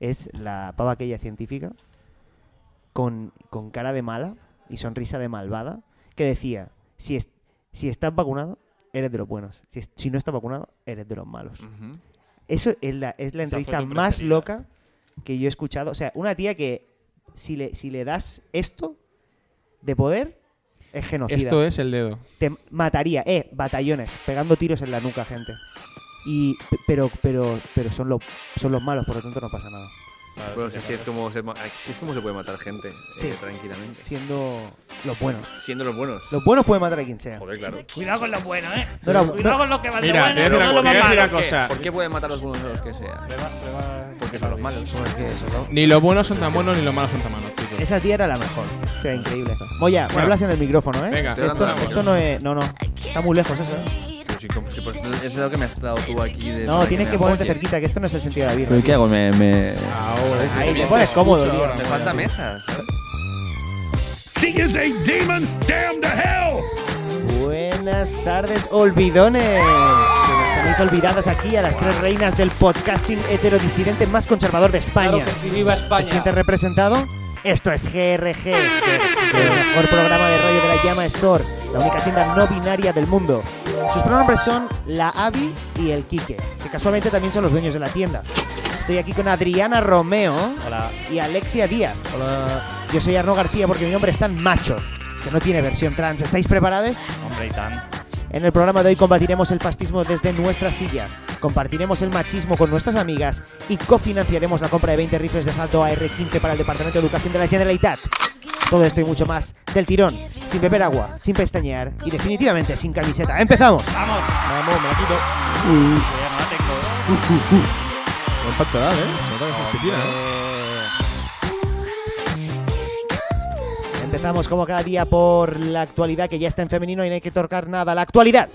es la pava aquella científica con, con cara de mala y sonrisa de malvada que decía, si, es- si estás vacunado, eres de los buenos. Si, es- si no estás vacunado, eres de los malos. Ujú. Eso es la, es Mm. Esa fue la entrevista tu más preferida. loca que yo he escuchado. O sea, una tía que si le, si le das esto de poder, es genocida. Esto es el dedo. Te mataría, eh, batallones, pegando tiros en la nuca, gente. Y, pe- pero, pero, pero son los, son los malos, por lo tanto no pasa nada. Claro, Bueno, sí, sí, sí, claro. es como se, ma- sí es como se puede matar gente eh, Sí. tranquilamente. Siendo los buenos. Siendo los buenos. Los buenos pueden matar a quien sea. Joder, claro. Cuidado con lo bueno, ¿eh? No era- Cuidado no- con lo que va a ser Mira, bueno. te voy a decir no una lo cosa, te voy a malo. ¿Por decir una qué? cosa. ¿Por qué pueden matar los buenos a los que sea? Porque son los malos. Ni los buenos son tan buenos ni los malos son tan malos, chicos. Esa tía era la mejor. O sea, increíble. Moya, me Bueno. hablas en el micrófono, ¿eh? Venga, Que esto, estoy hablando esto no es. No, no. Está muy lejos eso. ¿eh? Pero sí, como- sí, pues, eso es lo que me has dado tú aquí. De No, para tienes me que ponerte apoyes. cerquita, que esto no es el sentido de la ¿Pero vida. qué hago? Me, me... Ahora, Ahí, te bien, pones te cómodo, escucho tío. ahora, me Moya. falta mesa. She is a demon. Damn to hell. Buenas tardes, olvidones. Que nos tenéis olvidados aquí a las tres reinas del podcasting heterodisidente más conservador de España. Claro que sí, viva ¿Te España. sientes representado? Esto es GRG, el mejor programa de radio de la llama Store, la única tienda no binaria del mundo. Sus pronombres son la Abby y el Quique, que casualmente también son los dueños de la tienda. Estoy aquí con Adriana Romeo Hola. y Alexia Díaz. Yo soy Arno García porque mi nombre es tan macho que no tiene versión trans. ¿Estáis preparados? Hombre, y tan. En el programa de hoy combatiremos el fascismo desde nuestra silla, compartiremos el machismo con nuestras amigas y cofinanciaremos la compra de 20 rifles de asalto AR-15 para el Departamento de Educación de la Generalitat. Todo esto y mucho más del tirón, sin beber agua, sin pestañear y definitivamente sin camiseta. ¡Empezamos! Vamos. Vamos, me la quito. que ya no la tengo. Buen pectoral, ¿eh? Nota que es piscina, ¿eh? Empezamos como cada día por la actualidad que ya está en femenino y no hay que tocar nada. La actualidad.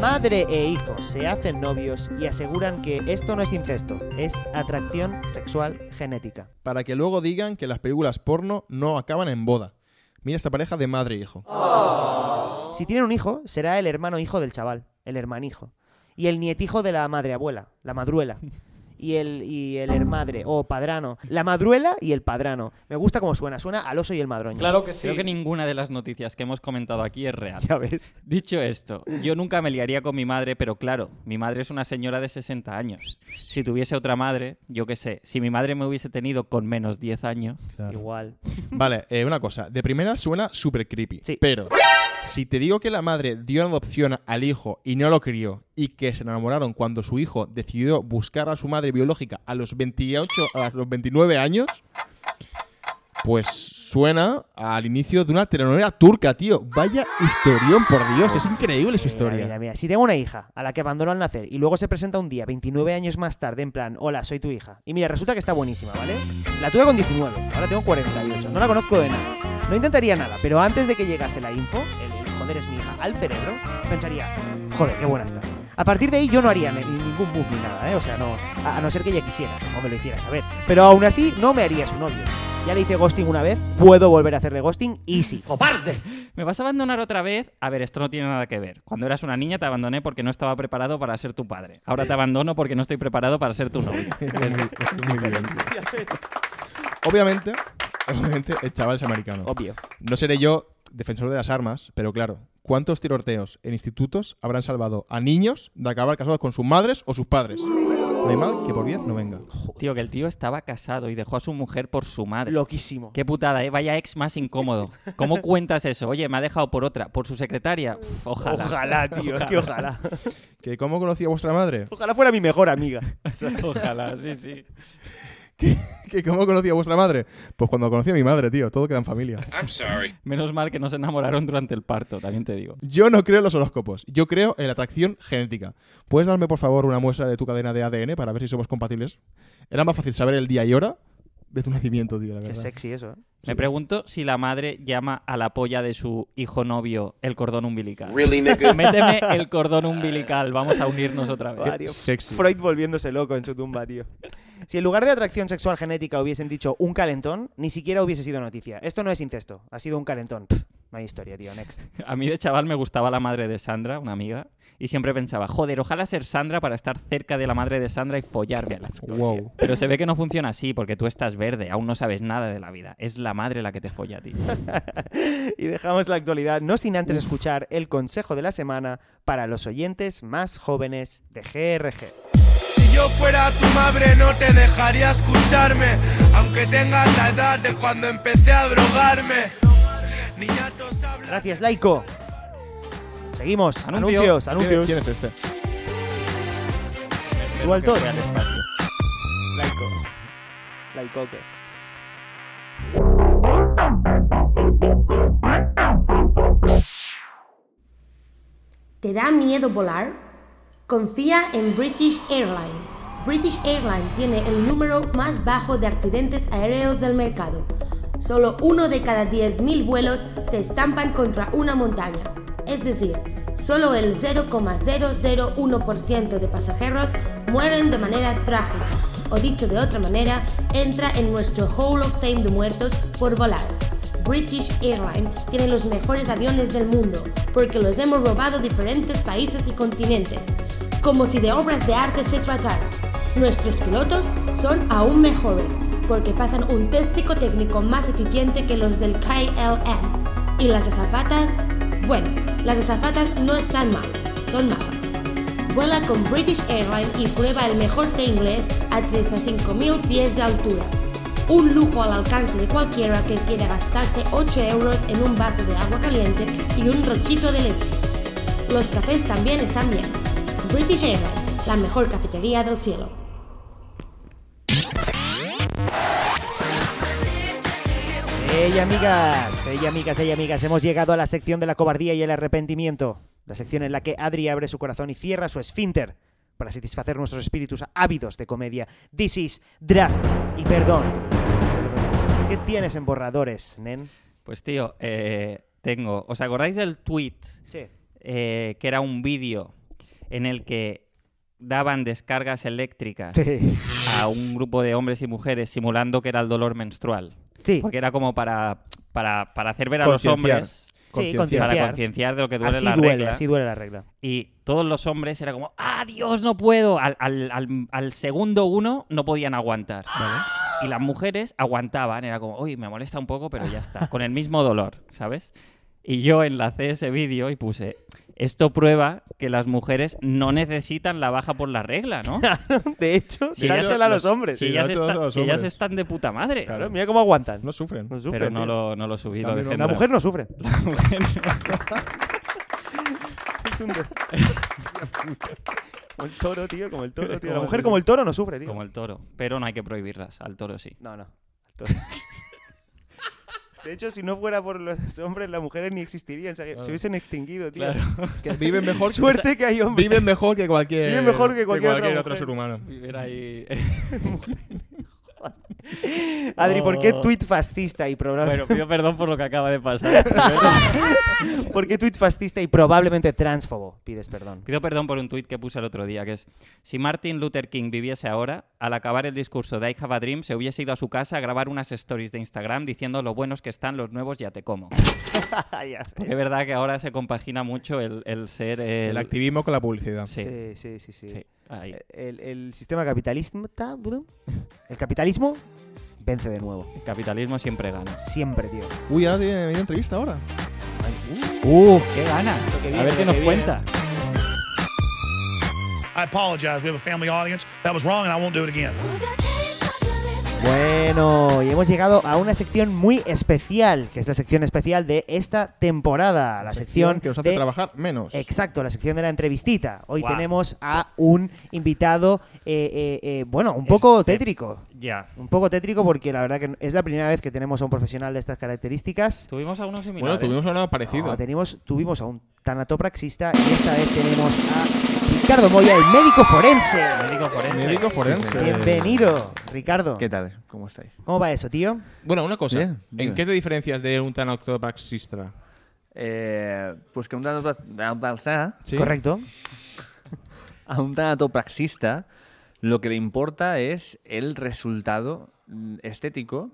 Madre e hijo se hacen novios y aseguran que esto no es incesto, es atracción sexual genética. Para que luego digan que las películas porno no acaban en boda. Mira esta pareja de madre e hijo. Si tienen un hijo, será el hermano hijo del chaval, el hermanijo. Y el nietijo de la madre abuela, la madruela. Y el, y el hermadre, o padrano. La madruela y el padrano. Me gusta cómo suena, suena al oso y el madroño. Claro que sí. Creo que ninguna de las noticias que hemos comentado aquí es real. Ya ves. Dicho esto, yo nunca me liaría con mi madre, pero claro, mi madre es una señora de 60 años. Si tuviese otra madre, yo qué sé, si mi madre me hubiese tenido con menos 10 años, Igual. Vale, eh, una cosa. De primera suena súper creepy. Sí. Pero, si te digo que la madre dio en adopción al hijo y no lo crió, y que se enamoraron cuando su hijo decidió buscar a su madre biológica a los 28, a los 29 años, pues suena al inicio de una telenovela turca, tío. Vaya historión, por Dios. Es increíble esa Mira, historia. mira, mira. Eh, Si tengo una hija a la que abandono al nacer y luego se presenta un día, 29 años más tarde, en plan, hola, soy tu hija. Y mira, resulta que está buenísima, ¿vale? La tuve con 19, ahora tengo 48, no la conozco de nada. No intentaría nada, pero antes de que llegase la info, el, el joder es mi hija, al cerebro, pensaría, joder, qué buena está. A partir de ahí yo no haría ni- ni ningún move ni nada, ¿eh? O sea, no, a, a no ser que ella quisiera o me lo hiciera saber. Pero aún así, no me haría su novio. Ya le hice ghosting una vez, puedo volver a hacerle ghosting, easy. ¡Cobarde! ¿Me vas a abandonar otra vez? A ver, esto no tiene nada que ver. Cuando eras una niña te abandoné porque no estaba preparado para ser tu padre. Ahora te abandono porque no estoy preparado para ser tu novio. Obviamente, obviamente, el chaval es americano. Obvio. No seré yo defensor de las armas, pero claro, ¿cuántos tiroteos en institutos habrán salvado a niños de acabar casados con sus madres o sus padres? No hay mal que por bien no venga. Tío, que el tío estaba casado y dejó a su mujer por su madre. Loquísimo. Qué putada, ¿eh? Vaya ex más incómodo. ¿Cómo cuentas eso? Oye, me ha dejado por otra. ¿Por su secretaria? Uf, ojalá. Ojalá, tío, es que ojalá. ¿Que ¿Cómo conocía vuestra madre? Ojalá fuera mi mejor amiga. Ojalá, sí, sí. ¿Que ¿Cómo conocía vuestra madre? Pues cuando conocí a mi madre, tío, todo queda en familia. Menos mal que no se enamoraron durante el parto, también te digo. Yo no creo en los horóscopos, yo creo en la atracción genética. ¿Puedes darme por favor una muestra de tu cadena de ADN para ver si somos compatibles? Era más fácil saber el día y hora de tu nacimiento, tío, la Qué verdad. sexy eso, ¿eh? Me pregunto si la madre llama a la polla de su hijo novio el cordón umbilical. Méteme el cordón umbilical, vamos a unirnos otra vez. Ah, tío. sexy. Freud volviéndose loco en su tumba, tío. Si en lugar de atracción sexual genética hubiesen dicho un calentón, ni siquiera hubiese sido noticia. Esto no es incesto, ha sido un calentón. Pff, No hay historia, tío. Next. A mí de chaval me gustaba la madre de Sandra, una amiga, y siempre pensaba, joder, ojalá ser Sandra para estar cerca de la madre de Sandra y follármela. Wow. Pero se ve que no funciona así, porque tú estás verde, aún no sabes nada de la vida. Es la madre la que te folla a ti. Y dejamos la actualidad, no sin antes escuchar el consejo de la semana para los oyentes más jóvenes de GRG. Si yo fuera tu madre no te dejaría escucharme, aunque tengas la edad de cuando empecé a drogarme. Niñatos hablan- Gracias, Laico. Seguimos. Anuncio. Anuncios, ¿Quién- anuncios. ¿Quién es este? Tú al todo. Voy al espacio. Laico. Laico, ¿qué? ¿Te da miedo volar? Confía en British Airlines. British Airlines tiene el número más bajo de accidentes aéreos del mercado. Solo uno de cada 10.000 vuelos se estampan contra una montaña. Es decir, solo el 0,001% de pasajeros mueren de manera trágica. O dicho de otra manera, entra en nuestro Hall of Fame de muertos por volar. British Airlines tiene los mejores aviones del mundo, porque los hemos robado diferentes países y continentes, como si de obras de arte se tratara. Nuestros pilotos son aún mejores, porque pasan un test técnico más eficiente que los del KLM. Y las azafatas, bueno, las azafatas no están mal, son malas. Vuela con British Airlines y prueba el mejor té inglés a 35.000 pies de altura. Un lujo al alcance de cualquiera que quiera gastarse 8 euros en un vaso de agua caliente y un rochito de leche. Los cafés también están bien. British Airlines, la mejor cafetería del cielo. Hey amigas, hey amigas, hey amigas, hemos llegado a la sección de la cobardía y el arrepentimiento, la sección en la que Adri abre su corazón y cierra su esfínter para satisfacer nuestros espíritus ávidos de comedia. This is Draft y perdón. ¿Qué tienes en borradores, nen? Pues tío, eh, tengo... ¿Os acordáis del tweet Sí. eh, que era un vídeo en el que daban descargas eléctricas a un grupo de hombres y mujeres simulando que era el dolor menstrual? Sí, Porque era como para, para, para hacer ver a los Concienciar. hombres, sí, concienciar. para concienciar. concienciar de lo que duele Así la duele, regla. así duele la regla. Y todos los hombres era como, ¡ah, Dios, no puedo! Al, al- al- al segundo uno no podían aguantar. Y las mujeres aguantaban, era como, uy, me molesta un poco, pero ya está, con el mismo dolor, ¿sabes? Y yo enlacé ese vídeo y puse, esto prueba que las mujeres no necesitan la baja por la regla, ¿no? De hecho, Si dársela ellas- a los hombres. ¿eh? Si Sí, ellas, dársela a está- los si ellas hombres. están de puta madre. Claro, mira cómo aguantan. No sufren. No sufren, ¿eh? Pero no tío. lo, no lo subí, lo También dejé en La blanco. mujer no sufre. La mujer no. Como el toro, tío, como el toro, tío. La Como mujer el- como el toro no sufre, tío. Como el toro. Pero no hay que prohibirlas, al toro sí. No, no. De hecho, si no fuera por los hombres, las mujeres ni existirían. Se, se hubiesen extinguido, tío. Que viven mejor que, Suerte que hay hombres. viven mejor que cualquier, Viven mejor que cualquier otra otro mujer. ser humano. Vivir ahí. Adri, ¿por qué tweet fascista y probablemente, Bueno, pido perdón por lo que acaba de pasar. ¿por qué tweet fascista y probablemente transfobo? Pides perdón. Pido perdón por un tuit que puse el otro día, que es, si Martin Luther King viviese ahora, al acabar el discurso de I Have a Dream, se hubiese ido a su casa a grabar unas stories de Instagram diciendo lo buenos que están los nuevos Ya Te Como. Ya ves. Es verdad que ahora se compagina mucho el, el ser... El... El... activismo con la publicidad. Sí, sí, sí, sí, sí. ahí. El, el sistema capitalista, bro, el capitalismo vence de nuevo. El capitalismo siempre gana. Siempre, tío. Uy, ahora tiene media entrevista ahora. ¡Uh, qué ganas! que a viene, ver lo qué nos que viene. cuenta. I apologize. We have a family audience. That was wrong, and I won't do it again. Bueno, y hemos llegado a una sección muy especial, que es la sección especial de esta temporada, la sección que nos hace de trabajar menos. Exacto, la sección de la entrevistita. Hoy Guau. tenemos a un invitado, eh, eh, eh, bueno, un poco Este- tétrico. Ya. Un poco tétrico porque la verdad que es la primera vez que tenemos a un profesional de estas características. Tuvimos a uno similar. bueno, ¿eh? tuvimos uno parecido. No, Ah, tenemos- tuvimos a un tanatopraxista y esta vez tenemos a Ricardo Moya, el médico forense. Médico forense. Médico forense. Bienvenido, Ricardo. ¿Qué tal? ¿Cómo estáis? ¿Cómo va eso, tío? Bueno, una cosa. Bien, ¿En dime. qué te diferencias de un tan octopaxistra? Eh, pues que un tanatopraxista, ¿Correcto? a un tanatopraxista Lo que le importa es el resultado mm, estético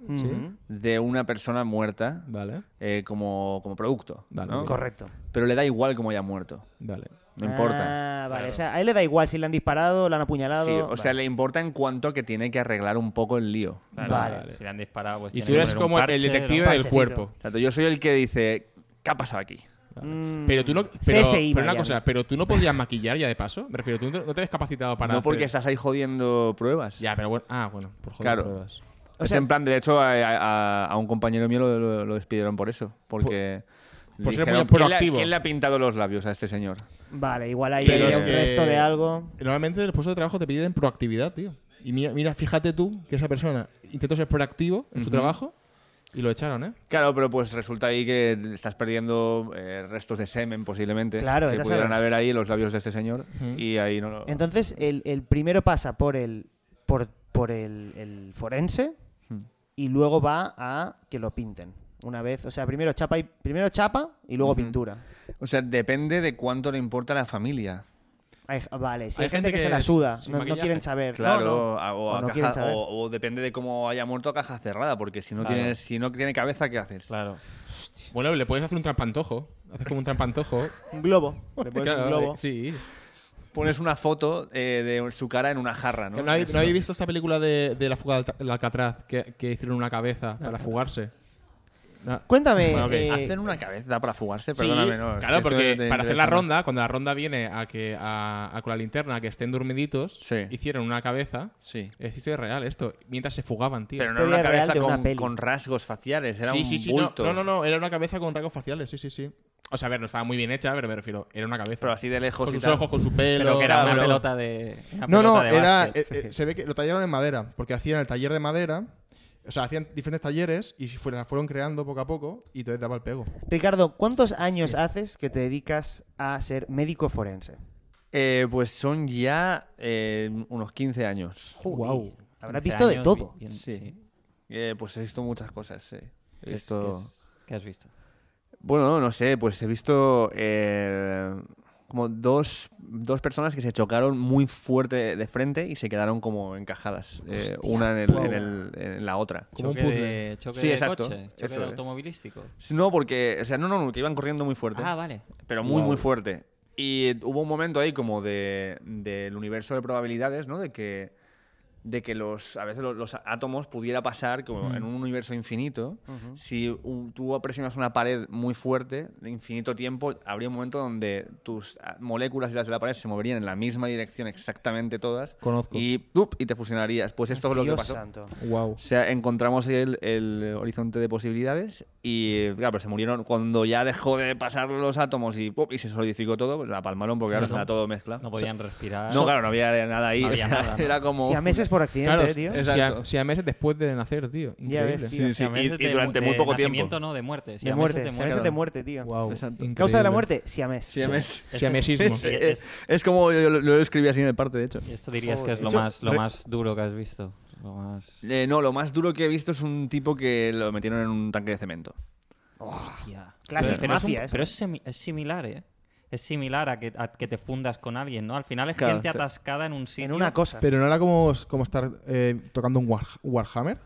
de una persona muerta Vale, eh, como, como producto. Vale, ¿no? ok. Correcto. Pero le da igual como haya muerto. vale. No importa. Ah, vale. O sea, a él le da igual si le han disparado, le han apuñalado. Sí, o sea, vale. le importa en cuanto a que tiene que arreglar un poco el lío. Claro, Vale. Si le han disparado, pues Y tiene tú que eres poner un como el parche, detective ¿no? del parchecito. cuerpo. Exacto, yo soy el que dice, ¿qué ha pasado aquí? Mm, Pero tú no. Pero, CSI pero una Miami. cosa, pero tú no podías maquillar ya de paso. Me refiero, tú no no te ves capacitado para. no porque hacer- estás ahí jodiendo pruebas. Ya, pero bueno. Ah, bueno, por joder, Claro. pruebas. O Es sea- en plan, de hecho, a, a- a un compañero mío lo, lo- lo despidieron por eso. Porque. por ser muy ¿quién, le, proactivo". quién le ha pintado los labios a este señor? Vale, igual hay Pero un es que- resto de algo. Normalmente los puestos de trabajo te piden proactividad, tío. Y mira, mira, fíjate tú que esa persona intentó ser proactivo en su trabajo y lo echaron, ¿eh? Claro, pero pues resulta ahí que estás perdiendo eh, restos de semen posiblemente. Claro, que ya pudieran sabes. haber ahí los labios de este señor. Y ahí no lo. Entonces, el, el primero pasa por el, por, por el, el forense y luego va a que lo pinten. Una vez, o sea, primero chapa y, primero chapa y luego pintura. O sea, depende de cuánto le importa a la familia. Hay- vale, si Hay hay, gente gente que, que se la es suda, sin no, no maquillaje. quieren saber. Claro, No, no. a- o, O a no caja- quieren saber. o- o depende de cómo haya muerto a caja cerrada, porque si no, Claro. tiene, si no tiene cabeza, ¿qué haces? Claro. Bueno, le puedes hacer un trampantojo. Haces como un trampantojo. Un globo. Le Pues pones Claro, eh, un globo. Sí. Pones una foto eh, de su cara en una jarra, ¿no? ¿No, habéis, Eso. no habéis visto esta película de, de la fuga del Alca- del Alcatraz que, que hicieron una cabeza Ah. para fugarse? No. Cuéntame. Bueno, ok. eh, Hacen una cabeza para fugarse, Sí, perdóname. No, claro, Esto porque no te para hacer interesa, la ¿no? ronda, cuando la ronda viene a que a, a con la linterna que estén dormiditos, Sí. hicieron una cabeza. Sí. Es historia real esto. Mientras se fugaban, tío. Pero no era una Historia real cabeza de una con, peli. con rasgos faciales, era sí, un sí, sí, no, bulto. no, no, no, era una cabeza con rasgos faciales, sí, sí, sí. O sea, a ver, no estaba muy bien hecha, pero me refiero, era una cabeza. Pero así de lejos con y sus tal. ojos, con su pelo. Pero que era una claro. pelota de. una No, no, pelota de era, básquet. eh, eh, se ve que lo tallaron en madera, porque hacían el taller de madera, o sea, hacían diferentes talleres y fueron, fueron creando poco a poco y entonces daba el pego. Ricardo, ¿cuántos años haces que te dedicas a ser médico forense? Eh, pues son ya eh, unos 15 años. Wow. Habrás 15 visto de años, todo. bien, Sí. sí. Eh, pues he visto muchas cosas, sí. He ¿Qué es- visto- qué es- ¿Qué has visto? Bueno, no sé, pues he visto eh, como dos, dos personas que se chocaron muy fuerte de frente y se quedaron como encajadas, eh, una en, el- en el- en la otra. Como un Choque puzzle. de, choque Sí, de exacto, coche, choque eso de es. automovilístico. No, porque, o sea, no, no, no, que iban corriendo muy fuerte. Ah, vale. pero muy, muy fuerte. Y hubo un momento ahí como de, del universo de probabilidades, ¿no? De que, de que los, a veces lo- los, átomos pudiera pasar como en un universo infinito. Si u- tú presionas una pared muy fuerte de infinito tiempo, habría un momento donde tus ah, moléculas y las de la pared se moverían en la misma dirección exactamente todas. Conozco. Y, ¡plup! y te fusionarías. Pues esto es lo que Dios pasó. santo. Wow. O sea, encontramos el, el horizonte de posibilidades y, claro, pero se murieron cuando ya dejó de pasar los átomos y, ¡pop! y se solidificó todo, pues la palmaron porque ahora está todo mezclado. No podían respirar. No, claro, no había nada ahí. No había o sea, nada, ¿no? Era como... Si a meses por accidente, Claro, eh, tío. si, a, Exacto. si a meses después de nacer, tío. Ya ves, Increíble. tío. Sí, sí, A y, veces y de- durante de muy poco tiempo. nacimiento, no, de muerte. Si De a meses muerte, si a muerte. meses de muerte, tío. Wow. Exacto. increíble. Causa de la muerte, siamés. Sí, a mes. Si a mesismo. Es, es- es como yo lo, lo escribí así en el parte, de hecho. Y Esto dirías que es lo Yo- más, lo re- más duro que has visto. Lo más. Eh, no, lo más duro que he visto es un tipo que lo metieron en un tanque de cemento. Hostia. Classic pero es, un- mafia, ¿eh? eso. pero es semi- es similar, ¿eh? Es similar a que, a que te fundas con alguien, ¿no? Al final es Claro, gente te- atascada en un sitio. En una cosa. Pero no era como, como estar eh, tocando un War- Warhammer,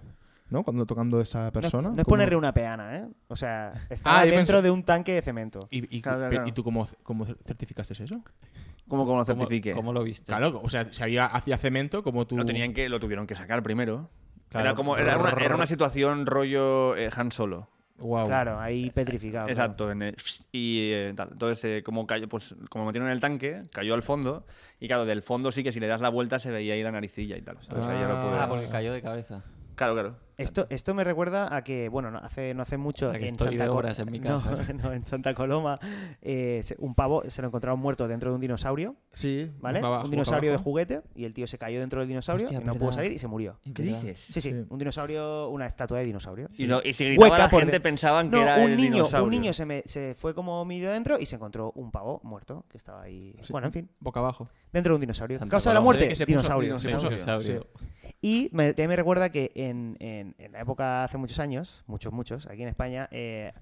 ¿no? Cuando tocando esa No- persona. No, es como- ponerle una peana, ¿eh? O sea, estaba Ah, yo dentro pensé- de un tanque de cemento. ¿Y, y, Claro, claro, pero- claro. ¿y tú cómo, cómo certificaste eso? ¿Cómo, cómo lo ¿Cómo- certifiqué? ¿Cómo lo viste? Claro, o sea, si había hacía cemento, como tú. Lo tenían que, lo tuvieron que sacar primero. Claro. Era como, era una, era una situación rollo eh, Han Solo. Wow. Claro, ahí petrificado. claro. Exacto, en el- y eh, tal. Entonces, eh, como cayó, pues como lo metieron en el tanque, cayó al fondo. Y claro, del fondo sí que si le das la vuelta se veía ahí la naricilla y tal. Entonces, ahí ya lo pude- Ah, porque cayó de cabeza. Claro, claro. Esto, esto me recuerda a que, bueno, no hace, no hace mucho A que en estoy Santa de Co- obras en mi no, casa. no, en Santa Coloma, eh, se- un pavo se lo encontraron muerto dentro de un dinosaurio, Sí, ¿vale? boca abajo, un boca dinosaurio de abajo. juguete y el tío se cayó dentro del dinosaurio Hostia, y no pudo verdad. salir y se murió. ¿Qué dices? Sí, sí, un dinosaurio, una estatua de dinosaurio. Y, lo- y si gritaba la por gente dentro. pensaban que No, era un el niño, dinosaurio. un niño se, me- se fue como medio adentro y se encontró un pavo muerto que estaba ahí. Sí. Bueno, en fin, Boca abajo. dentro de un dinosaurio. Santa Causa de la Coloma. muerte, Que se puso- dinosaurio. se puso- Dinosaurio. sí. Y me, también me recuerda que en, en- en la época hace muchos años, muchos, muchos, aquí en España, eh,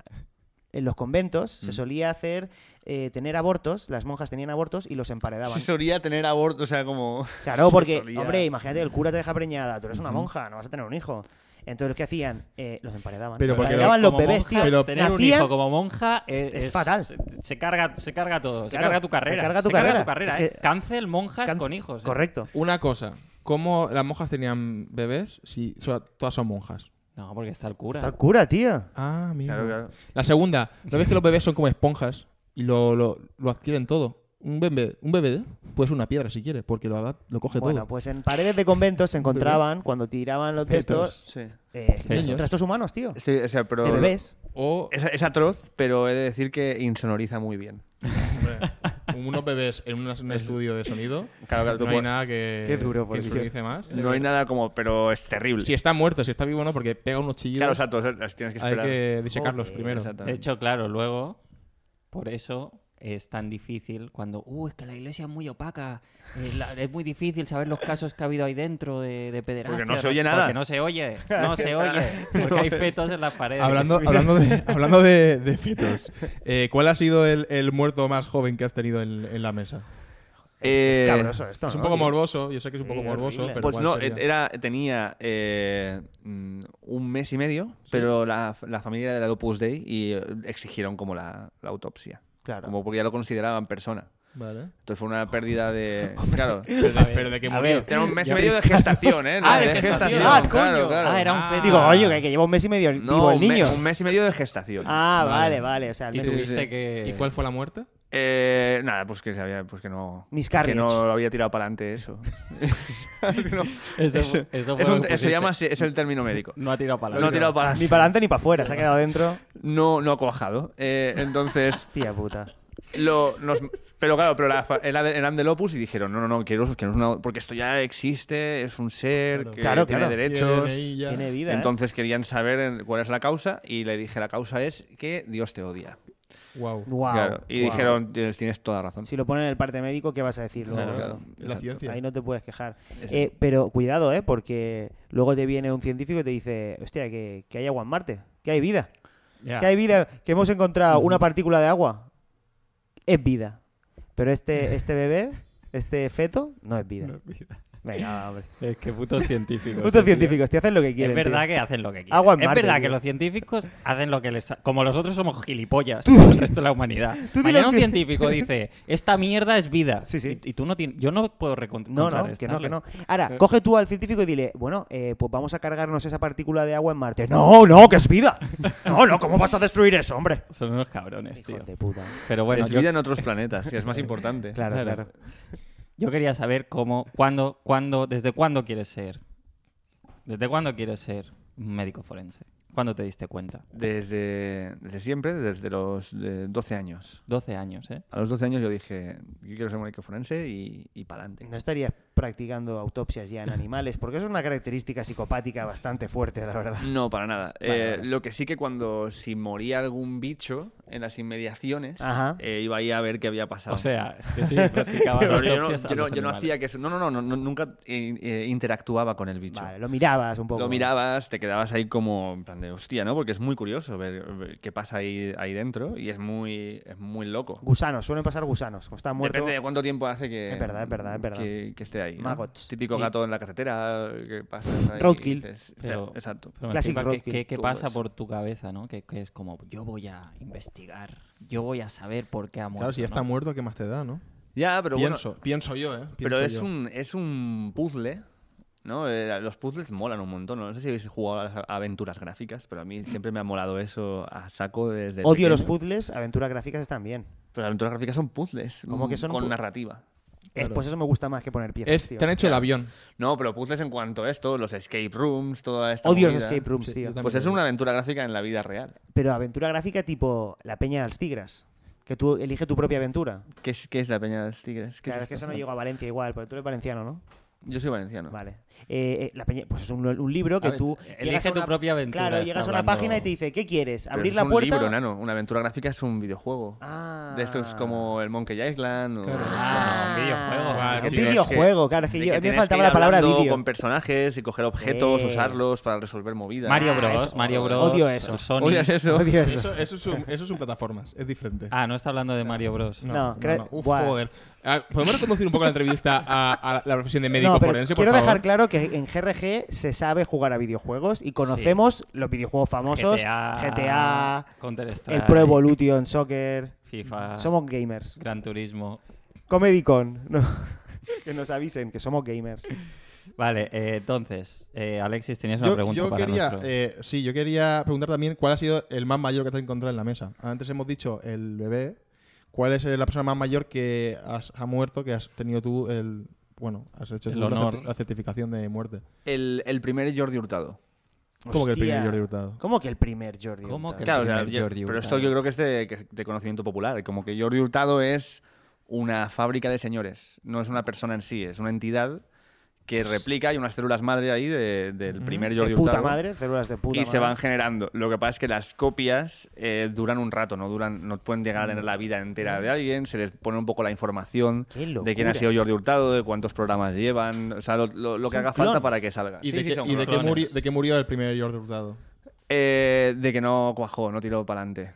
en los conventos se solía hacer eh, tener abortos, las monjas tenían abortos y los emparedaban. Se solía tener aborto, o sea, como. Claro, porque, solía- hombre, imagínate, el cura te deja preñada, tú eres una monja, no vas a tener un hijo. Entonces, ¿qué hacían? Eh, los emparedaban. Pero porque emparedaban los Como bebés, monja, tío. pero- Tener un Nacían- hijo como monja es, es fatal. Se, se carga, se carga todo. se Claro, carga tu carrera. se carga tu carrera. Es ¿eh? que- Cancel monjas Can- con hijos. ¿eh? Correcto. Una cosa. ¿Cómo las monjas tenían bebés si so- todas son monjas? No, porque está el cura. Está el cura, tío. Ah, mira. Claro, claro. La segunda. ¿No ves que los bebés son como esponjas y lo, lo- lo adquieren todo? Un bebé, un bebé puede ser una piedra si quiere, porque lo, adap- lo coge Bueno, todo. pues en paredes de conventos se encontraban, cuando tiraban los textos, Sí. eh, Niños. restos humanos, tío. Estoy- o sea, pero. De bebés. O Es, es atroz, pero he de decir que insonoriza muy bien. unos bebés en una- un estudio de sonido. Claro, claro, tú No hay puedes- nada que, Qué duro, por que Dios. insonorice más. No hay nada como, pero es terrible. Si está muerto, si está vivo, no, porque pega unos chillidos. claro, exacto, o sea, las tienes que hay esperar. que disecarlos primero. Exactamente. De hecho, claro, luego, por eso es tan difícil cuando, uh, es que la iglesia es muy opaca, eh, la- es muy difícil saber los casos que ha habido ahí dentro de, de pederastia. Porque no se oye nada. Porque no se oye, no se oye, porque hay fetos en las paredes. Hablando, hablando de, hablando de, de fetos, eh, ¿cuál ha sido el, el muerto más joven que has tenido en, en la mesa? Eh, es cabroso esto, es un ¿no? poco morboso, yo sé que es un poco Sí, morboso, horrible. pero Pues ¿cuál no, sería? era, tenía eh, mm, un mes y medio, pero la, la familia era de la Opus Dei y eh, exigieron como la, la autopsia. Claro. Como porque ya lo consideraban persona. Vale. Entonces fue una pérdida de. Claro. Pero de, pero de que a murió. ver. Era un mes y medio de gestación, ¿eh? No, Ah, de gestación. Ah, claro, coño. claro. Ah, era un feto. Digo, oye, que, que lleva un mes y medio No, vivo el un, me- niño. un mes y medio de gestación. Ah, vale, Vale. vale. O sea, el Y mes y tuviste que... ¿Y cuál fue la muerte? Eh, nada, pues que se había, pues que no, Miscarriage. que no lo había tirado para adelante eso. No, Eso, eso- fue- eso fue es lo un- que se pusiste. llama, así- es el término médico. No ha tirado para No ha tirado para Ni adelante, para adelante ni para afuera, se ha quedado dentro. no, no ha cuajado. Eh, entonces, Tía puta. lo, nos- pero claro, pero la fa- era de- eran del Opus y dijeron, no, no, no, quiero, que no es una, porque esto ya existe, es un ser que Claro, tiene claro. derechos. DNI ya. Tiene vida. ¿eh? Entonces querían saber en- cuál es la causa y le dije, la causa es que Dios te odia. Guau. Guau. Claro, y Guau. dijeron, tienes, tienes toda razón. Si lo ponen en el parte médico, ¿qué vas a decir? luego? Claro, claro, La exacto. ciencia. Ahí no te puedes quejar. Eh, pero cuidado, ¿eh? Porque luego te viene un científico y te dice, hostia, que, que hay agua en Marte, que hay vida, Ya. que hay vida, que hemos encontrado una partícula de agua. Es vida. Pero este, este bebé, este feto, no es vida. Venga, va, hombre. Es que putos científicos. Putos tío. científicos, te hacen lo que Es quieren. verdad tío. que hacen lo que quieren. Agua en es Marte, verdad tío. que los científicos hacen lo que les. ha- Como nosotros somos gilipollas, como el resto de la humanidad. Tú dile Mañana al un cien- científico dice: Esta mierda es vida. Sí, sí. Y, y tú no tienes. Yo no puedo recon- No, no, que no, contrarrestarle. que no. Eh, Ahora, coge tú al científico y dile, bueno, eh, pues vamos a cargarnos esa partícula de agua en Marte. No, no, que es vida. No, no, ¿cómo vas a destruir eso, hombre? Son unos cabrones, Hijo tío. de puta. Pero bueno, es yo, vida en otros planetas, que es más importante. Claro, Claro. claro. yo quería saber cómo, cuándo, cuándo, desde cuándo quieres ser. ¿Desde cuándo quieres ser un médico forense? ¿Cuándo te diste cuenta? Desde, desde siempre, desde los eh, 12 años. 12 años, ¿eh? A los 12 años yo dije, yo quiero ser médico forense y, y pa'lante. No estarías practicando autopsias ya en animales, porque eso es una característica psicopática bastante fuerte, la verdad. Mm, No, para nada. Vale, Eh, vale. Lo que sí que cuando si moría algún bicho en las inmediaciones, Ajá. eh, iba ahí a ver qué había pasado. O sea, es que sí, practicabas Pero yo no, autopsias a yo no- los yo no animales. hacía que eso. No, no, no, no, no, nunca eh, eh, interactuaba con el bicho. Vale, lo mirabas un poco. Lo mirabas, te quedabas ahí como en plan de hostia, ¿no? Porque es muy curioso ver, ver qué pasa ahí, ahí dentro y es muy, es muy loco. Gusanos, suelen pasar gusanos. Como está muerto. Depende de cuánto tiempo hace que, Es verdad, es verdad, es verdad. que, que esté ahí. ¿no? Maggots. Típico Sí. gato en la carretera que pasa. ahí y Roadkill. dices, o sea, Pero- exacto. Pero me Classic flipa que- roadkill. que, que Todo pasa eso. por tu cabeza, ¿no? Que, que es como, yo voy a investigar, yo voy a saber por qué ha muerto. Claro, si ya está ¿no? muerto, ¿qué más te da, no? Ya, pero pienso, bueno. pienso yo, ¿eh? Pero Pienso es yo. un, es un puzzle. ¿no? Eh, los puzzles molan un montón. No sé si habéis jugado a las a- aventuras gráficas, pero a mí siempre me ha molado eso a saco desde. Odio los pequeño. puzzles, aventuras gráficas están bien. Pero las aventuras gráficas son puzzles. ¿Cómo que mm, son Con pu- narrativa. Eh, Claro. pues eso me gusta más que poner piezas. Es- tío. te han hecho el avión. No, pero puzzles en cuanto a esto, los escape rooms, toda esta. Odio los movida. escape rooms, ¿eh? Sí, tío. yo también. Pues es una aventura gráfica en la vida real. Pero aventura gráfica tipo La Peña de los Tigres. Que tú eliges tu propia aventura. ¿Qué es, qué es la Peña de los Tigres? ¿Qué Claro, es es que esto? eso no llegó a Valencia igual, pero tú eres valenciano, ¿no? Yo soy valenciano. Vale. Eh, eh, la peña- pues es un, un libro que A ver, tú. elige llegas a tu propia aventura, Claro, está llegas a una hablando- página y te dice, ¿qué quieres? Pero ¿Abrir eso la es un puerta? libro, nano. Una aventura gráfica es un videojuego. Ah. De esto es como el Monkey Island. Ah, O... un videojuego. Ah, Un sí, es videojuego, claro, es de que, yo, a mí me tienes faltaba ir la palabra hablando vídeo. con personajes y coger objetos, Sí. usarlos para resolver movidas. Mario Ah, Bros. eso, Mario odio Bros. eso. el Sonic. Odias eso. Odio eso. Eso, eso, es un, eso es un plataformas, es diferente. Ah, no está hablando de Mario Bros. No, creo- Uf, buah. joder. Ah, ¿Podemos reconducir un poco la entrevista a, a la profesión de médico No, pero forense, por quiero favor? dejar claro que en GRG se sabe jugar a videojuegos y conocemos los videojuegos famosos, GTA, GTA, Counter Strike, el Pro Evolution Soccer. FIFA, Somos gamers. Gran Turismo. Comedicon. no. que nos avisen que somos gamers. Vale, eh, entonces, eh, Alexis, tenías una Yo, pregunta yo para quería, nuestro- eh, sí, yo quería preguntar también cuál ha sido el más mayor que te has encontrado en la mesa. Antes hemos dicho el bebé. ¿Cuál es eh, la persona más mayor que has, ha muerto, que has tenido tú el... Bueno, has hecho El tú la honor. certi- la certificación de muerte. El, el primer Jordi Hurtado. ¿Cómo que el primer Hostia. Jordi Hurtado? ¿Cómo que el primer Jordi ¿Cómo Hurtado? que- El Claro, o sea, primer yo- Jordi pero Hurtado. esto yo creo que es de, que- de conocimiento popular. Como que Jordi Hurtado es una fábrica de señores. No es una persona en sí, es una entidad que replica. Hay unas células madre ahí de- del primer Jordi de puta Hurtado. madre, células de puta y se madre. van generando. Lo que pasa es que las copias eh, duran un rato, no duran, no pueden llegar a tener la vida entera de alguien. Se les pone un poco la información ¡Qué de quién locura! ha sido Jordi Hurtado, de cuántos programas llevan, o sea, lo, lo- lo que haga falta clon. para que salga. ¿Y, Sí, de, sí, qué, son y de, qué clones. murió, de qué murió el primer Jordi Hurtado? Eh, de que no cuajó, no tiró para adelante.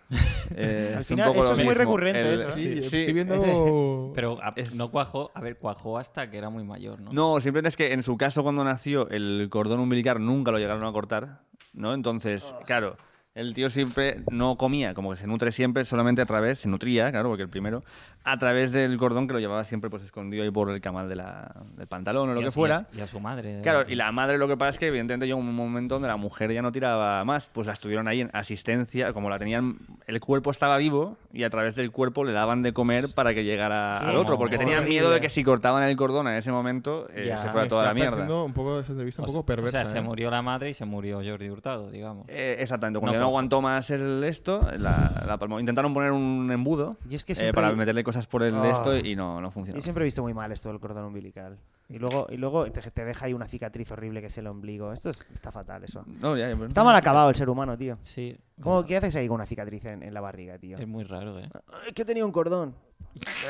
Eh, Al es final, un poco eso lo es muy mismo. recurrente, El- eso, ¿eh? sí, sí. estoy viendo... Pero a- es- no cuajó, a ver, cuajó hasta que era muy mayor, ¿no? No, simplemente es que en su caso cuando nació el cordón umbilical nunca lo llegaron a cortar, ¿no? Entonces, claro, el tío siempre no comía, como que se nutre siempre solamente a través, se nutría, claro, porque el primero, a través del cordón que lo llevaba siempre pues escondido ahí por el camal de la- del pantalón o lo Y a que su- fuera. Y a su Eh, madre. eh, Claro, y la madre lo que pasa es que evidentemente llegó un momento donde la mujer ya no tiraba más, pues la estuvieron ahí en asistencia, como la tenían, el cuerpo estaba vivo y a través del cuerpo le daban de comer para que llegara Qué al otro, porque tenían horrible. miedo de que si cortaban el cordón en ese momento eh, Ya. se Para fuera toda la Está mierda. pareciendo un poco esa entrevista O un sea- poco perversa. O sea, se ¿eh? murió la madre y se murió Jordi Hurtado, digamos. Eh, exactamente, cuando No ya no cojo. aguantó más el esto, la, la palmó. intentaron poner un embudo Yo es que eh, siempre- para meterle cosas por el Ah. esto y no, no funcionó. Yo siempre he visto muy mal esto del cordón umbilical. Y luego, y luego te, te deja ahí una cicatriz horrible que es el ombligo. Esto es- está fatal, eso. No, ya, ya, pues, Está mal acabado el ser humano, tío. Sí. ¿Cómo, ¿Qué haces ahí con una cicatriz en, en la barriga, tío? Es muy raro, ¿eh? Es que tenía un cordón.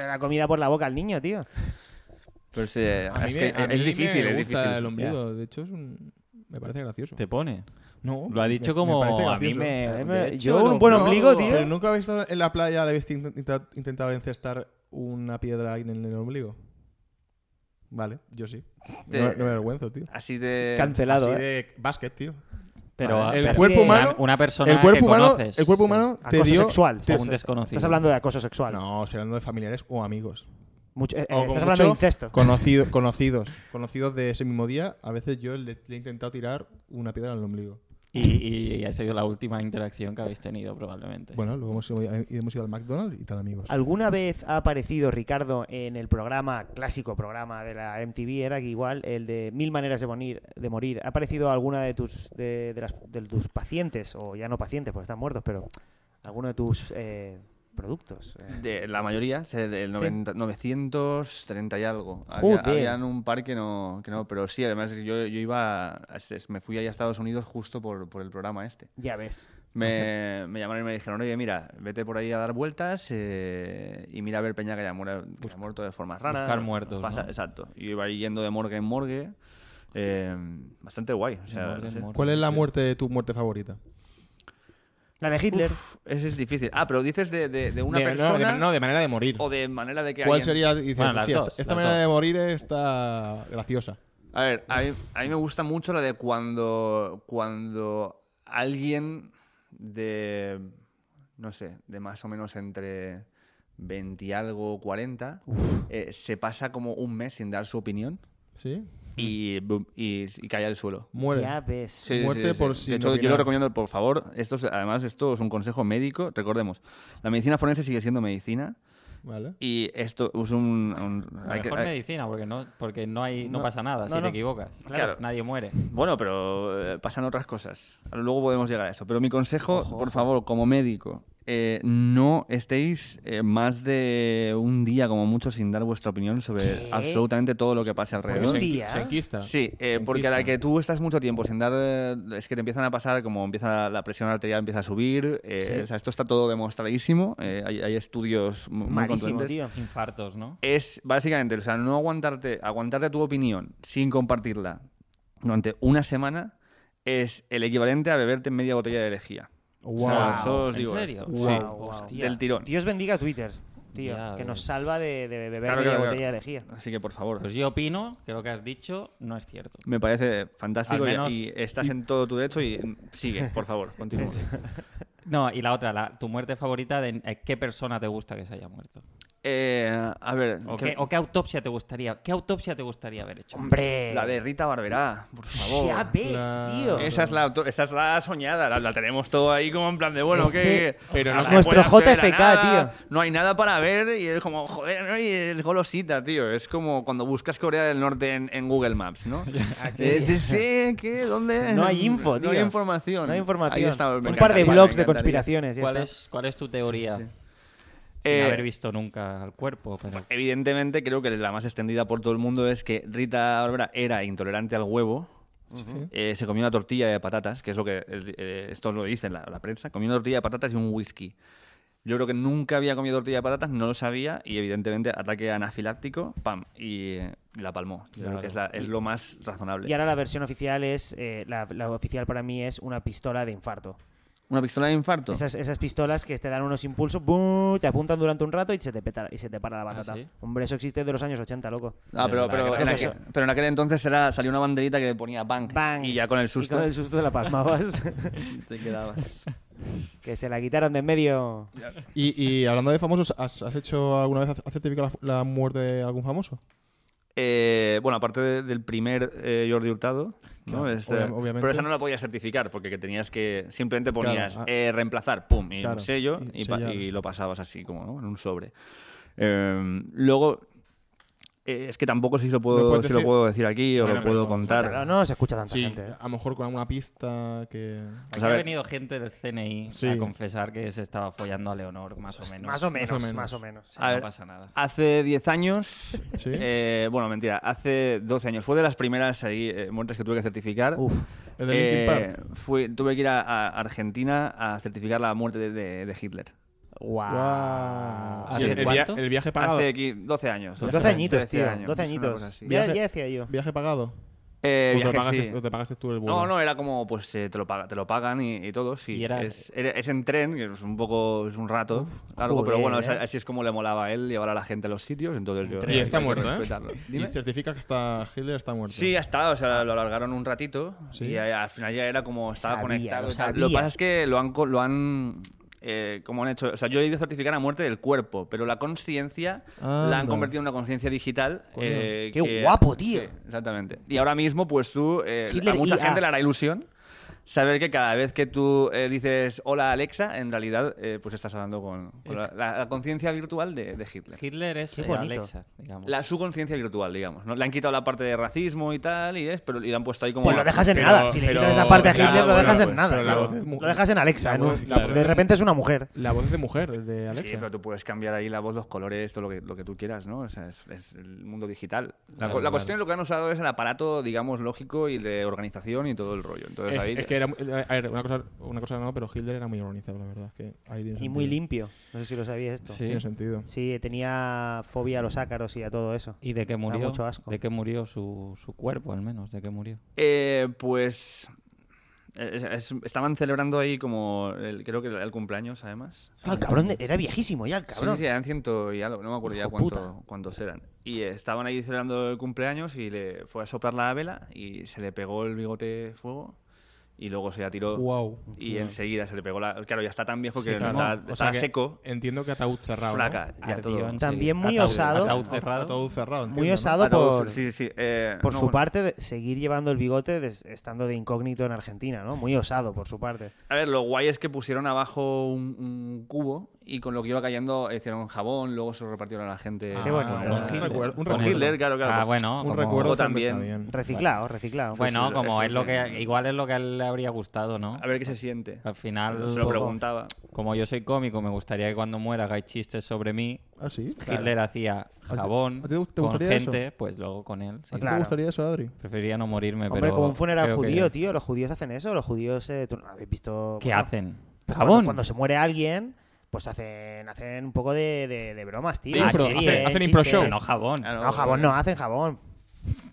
La comida por la boca al niño, tío. pero sí, eh, A mí es me- que a es mí difícil, me es gusta difícil. el ombligo. De hecho, es un- me parece gracioso. Te pone. No, Lo ha dicho me- como me parece a mí gracioso. me. A mí de me- hecho, yo un lo- buen no, ombligo, tío. Pero nunca habéis estado en la playa de habéis intent- intent- intentado encestar una piedra en el ombligo. Vale, yo sí. Te- No, no me avergüenzo, tío. Así de... Cancelado, Así ¿eh? de básquet, tío. Pero El pero cuerpo una- humano- Ah, Una persona el cuerpo que humano, conoces. el cuerpo humano te Acoso dio sexual. Sí. Estás, A un desconocido. estás hablando de acoso sexual. No, se hablando de familiares o amigos. Mucho- eh, eh, O como estás hablando de mucho, incesto. conocido- conocidos, conocidos de ese mismo día, a veces yo le, le he intentado tirar una piedra en el ombligo. Y, y ha sido la última interacción que habéis tenido, probablemente. Bueno, luego hemos ido, eh, hemos ido al McDonald's y tal amigos. ¿Alguna vez ha aparecido Ricardo en el programa, clásico programa de la MTV, era que igual, el de Mil Maneras de Morir? De morir. ¿Ha aparecido alguna de tus, de, de las- de tus pacientes, o ya no pacientes porque están muertos, pero alguno de tus eh, productos? eh? De la mayoría, se- el 90 930 y algo. Joder. Había, habían un par que no, que no, pero sí, además yo, yo iba, a- es- me fui ahí a Estados Unidos justo por, por el programa este. Ya ves. Me, me llamaron y me dijeron, oye, mira, vete por ahí a dar vueltas eh, y mira a ver Peña que haya, muera- que haya muerto de forma rara. buscar muertos, Pasa- ¿no? Exacto. Y iba ahí yendo de morgue en morgue. eh, bastante guay. O sea, Morgan no sé. Morgan, ¿Cuál es la sí. muerte, tu muerte favorita? La de Hitler. Uf, ese es difícil. Ah, pero dices de, de- de una De- no, de- persona No, de, manera de morir. o de manera de que ¿Cuál alguien- sería? Dices, Bueno, las "Hostia, dos, esta, esta las manera dos. de morir está graciosa. A ver, a mí, a mí me gusta mucho la de cuando, cuando alguien de, no sé, de más o menos entre 20 y algo, 40, eh, se pasa como un mes sin dar su opinión ¿Sí? y, bum, y, y cae al suelo. Muere. Ya ves. Mm. Sí, Muerte por sin De hecho, yo opinar. lo recomiendo, por favor. Esto es- además, esto es un consejo médico. Recordemos, la medicina forense sigue siendo medicina Vale. y esto es un... un- La hay que- mejor hay- medicina, porque no, porque no hay, no, pasa nada si no, no. te equivocas. Claro. Nadie muere. Bueno, pero eh, pasan otras cosas. Luego podemos llegar a eso. Pero mi consejo, por favor, como médico, eh, no estéis eh, más de un día, como mucho, sin dar vuestra opinión sobre ¿Qué? absolutamente todo lo que pase Porque alrededor. un día. Se enquista. Sí, eh, Se porque a la enquista. que tú estás mucho tiempo sin dar, eh, es que te empiezan a pasar, como empieza la presión arterial, empieza a subir. eh, o sea, esto está todo demostradísimo. eh, hay, hay estudios mu- muy Malísimo, contundentes. tío. Infartos, ¿no? Es básicamente, o sea, no aguantarte, aguantarte tu opinión sin compartirla durante una semana es el equivalente a beberte media botella de herejía. Wow. O sea, solo os ¿En digo serio? esto. Wow, Sí. wow. Hostia. Del tirón. Dios bendiga Twitter, tío, Ya que nos ves. salva de, de beber Claro, media claro, botella claro. de herejía. Así que por favor, Pues yo opino que lo que has dicho no es cierto. me parece fantástico Al y- menos- y, estás en todo tu derecho y mm, sigue, por favor, continúa. No, y la otra, la- tu muerte favorita, de eh, ¿qué persona te gusta que se haya muerto? Eh, a ver, ¿O que- qué, o qué autopsia te gustaría? ¿Qué autopsia te gustaría haber hecho? Hombre. la de Rita Barberá, por favor. Ya ves, La- tío. Esa es, la, auto- esa es la soñada, la, la tenemos todo ahí como en plan de, bueno, Ese- que... Pero no no es se nuestro puede acceder a JFK, nada, tío. No hay nada para ver y es como, joder, ¿no? y es golosita, tío. Es como cuando buscas Corea del Norte en, en Google Maps, ¿no? Eh, sí, sí, ¿qué? ¿Dónde? No hay info, tío. No hay información. No hay información. Ahí está, me Un par de encantaría, me blogs de encantaría. conspiraciones. ya ¿Cuál está. es, ¿Cuál es tu teoría? Sin Eh, pues, haber visto nunca el cuerpo. pero- Evidentemente, creo que la más extendida por todo el mundo es que Rita Barbera era intolerante al huevo. Eh, se comió una tortilla de patatas, que es lo que el- eh, esto lo dice la, la prensa. Comió una tortilla de patatas y un whisky. Yo creo que nunca había comido tortilla de patatas, no lo sabía y evidentemente ataque anafiláctico, pam, y eh, la palmó. Yo creo que es, la- es lo más razonable. Y ahora la versión oficial es, eh, la, la oficial para mí es una pistola de infarto. Una pistola de infarto. Esas, esas pistolas que te dan unos impulsos, ¡bum! te apuntan durante un rato y se te, peta- y se te para la batata. sí? Hombre, eso existe de los años 80, loco. Ah, pero, La pero, gran en aquel, profesor. pero en aquel entonces era, salió una banderita que ponía bang, Bang. y ya con el susto Y con el susto de la palmabas. te quedabas. que se la quitaron de en medio. Y, y hablando de famosos, ¿has, has hecho alguna vez has certificado la, la muerte de algún famoso? Eh, bueno, aparte de- del primer eh, Jordi Hurtado, ¿no? Claro, Este- obvia- obviamente. pero esa no la podías certificar porque que tenías que simplemente ponías Claro, ah. eh, reemplazar, pum, y Claro, un sello y y, pa- sellar. y lo pasabas así como ¿no? en un sobre. Eh, luego eh, es que tampoco sé si lo puedo, puedes si lo decir? puedo decir aquí o Bueno, lo puedo pero- contar. Claro, no se escucha tanta Sí, gente. ¿eh? a lo mejor con alguna pista que. Aquí a ha ver. venido gente del CNI Sí. a confesar que se estaba follando a Leonor, más o menos. Pues, Más o menos, más o menos. menos. O A sea, no ver. pasa nada. Hace 10 años, Sí. eh, bueno, mentira, hace 12 años, fue de las primeras ahí, eh, muertes que tuve que certificar. Uf. El de Linkin Eh, Park. fui- tuve que ir a, a Argentina a certificar la muerte de- de- de Hitler. Guau. Guau. ¿Hace el, via- cuánto? el viaje pagado. Hace aquí 12 años. 12 añitos, 13 tío. años, 12 una añitos. cosa así. Ya, Viaje- ya decía yo. ¿Viaje pagado? Eh, ¿O te, lo viaje, pagaste, sí. o te pagaste tú el vuelo? No, no, era como, pues eh, te, lo paga- te lo pagan y, y todo, sí. Y era- Es, era- es en tren, que es un poco, es un rato largo, joder, pero bueno, es- eh. así es como le molaba a él llevar a la gente a los sitios, entonces yo- Y está hay que muerto, ¿eh? respetarlo. Y Dime. certifica que está Hitler está muerto. Sí, ya está, o sea, lo alargaron un ratito Sí. y eh, al final ya era como estaba Sabía, conectado. lo y tal. sabía. que pasa es que lo han, co- lo han eh, como han hecho, o sea, yo he ido a certificar a muerte del cuerpo, pero la conciencia la han Anda. convertido en una conciencia digital. eh, Qué que- guapo, tío. Sí, exactamente. Y ahora mismo, pues tú, eh, Hitler a mucha IA. gente le hará ilusión. Saber que cada vez que tú eh, dices hola Alexa, en realidad eh, pues estás hablando con, con la, la- la conciencia virtual de, de Hitler. Hitler es Qué eh, bonito. Alexa, digamos. La su conciencia virtual, digamos. ¿no? Le han quitado la parte de racismo y tal, y es, pero y le han puesto ahí como. Pues lo dejas en Pero- nada. Si le pero- quitas esa parte a claro, Hitler, lo bueno, dejas en pues, nada. pero la tío. voz es mu- Lo dejas en Alexa. la ¿no? voz- la voz de es- repente es una mujer. La voz es de mujer, el de Alexa. Sí, pero tú puedes cambiar ahí la voz, los colores, todo lo que, lo que tú quieras, ¿no? O sea, es, es el mundo digital. La, Claro, cu- la claro. cuestión es lo que han usado es el aparato, digamos, lógico y de organización y todo el rollo. Entonces Es, ahí. es que era. muy- A ver, una cosa, una cosa no, pero Hitler era muy organizado, la verdad. es que ahí tiene Y muy sentido. limpio. No sé si lo sabías esto. Sí. Tiene sentido. Sí, tenía fobia a los ácaros y a todo eso. ¿Y de qué murió? mucho asco. ¿De qué murió su, su cuerpo, al menos? ¿De qué murió? Eh, pues. es- es- estaban celebrando ahí como. el- creo que era el cumpleaños, además. Ah, el cabrón de- era viejísimo ya, el cabrón. Sí, sí, eran ciento y algo, no me acuerdo ya Hijo cuánto, cuántos eran. Y eh, estaban ahí celebrando el cumpleaños y le fue a soplar la vela y se le pegó el bigote fuego y luego se la tiró. Wow. Y enseguida se le pegó la. Claro, ya está tan viejo que Sí, no claro. está, O sea está que seco, Entiendo que ataúd cerrado. ¿no? flaca. ya Ardió todo. enseguida. También muy osado. Ataúd cerrado. Ataúd cerrado. Muy entiendo, ¿no? osado Ataúd, por, sí, sí, eh, por no, su bueno. parte de seguir llevando el bigote des- estando de incógnito en Argentina, ¿no? Muy osado por su parte. A ver, lo guay es que pusieron abajo un, un cubo y con lo que iba cayendo hicieron jabón, luego se lo repartieron a la gente. Qué bonito. fuera. Con Ah, un Hitler. recuerdo- un Con recuerdo. Hitler, claro, claro. Ah, pues, bueno, Un como- recuerdo también. siempre está bien. Reciclado, reciclado. Bueno, Pues, como eso es lo que- que igual es lo que a él le habría gustado, ¿no? A ver qué se siente. Al final, se lo poco- preguntaba. como yo soy cómico, me gustaría que cuando muera hagáis chistes sobre mí. ¿Ah, sí? Hitler hacía jabón a ti te con gustaría eso? gente, pues luego con él. sí. ¿A ti Claro. te gustaría eso, Adri? Preferiría no morirme, Hombre, pero como un funeral creo que- judío, tío. Los judíos hacen eso. Los judíos, eh, tú no habéis visto... ¿Qué bueno, hacen? pues cuando- Jabón. Cuando, se muere alguien, pues hacen, hacen un poco de, de- de bromas, tío. Ah, Sí, chistes. eh, Hacen impro chistes. shows. No jabón. No, jabón no, hacen jabón.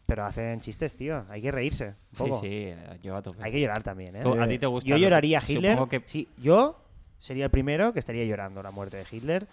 Pero hacen chistes, tío. Hay que reírse un Sí, poco. sí, eh, yo a tope. Hay que llorar también, ¿eh? Tú- a ti te gusta. Yo lo que- lloraría a Hitler. Supongo que Sí, yo sería el primero que estaría llorando la muerte de Hitler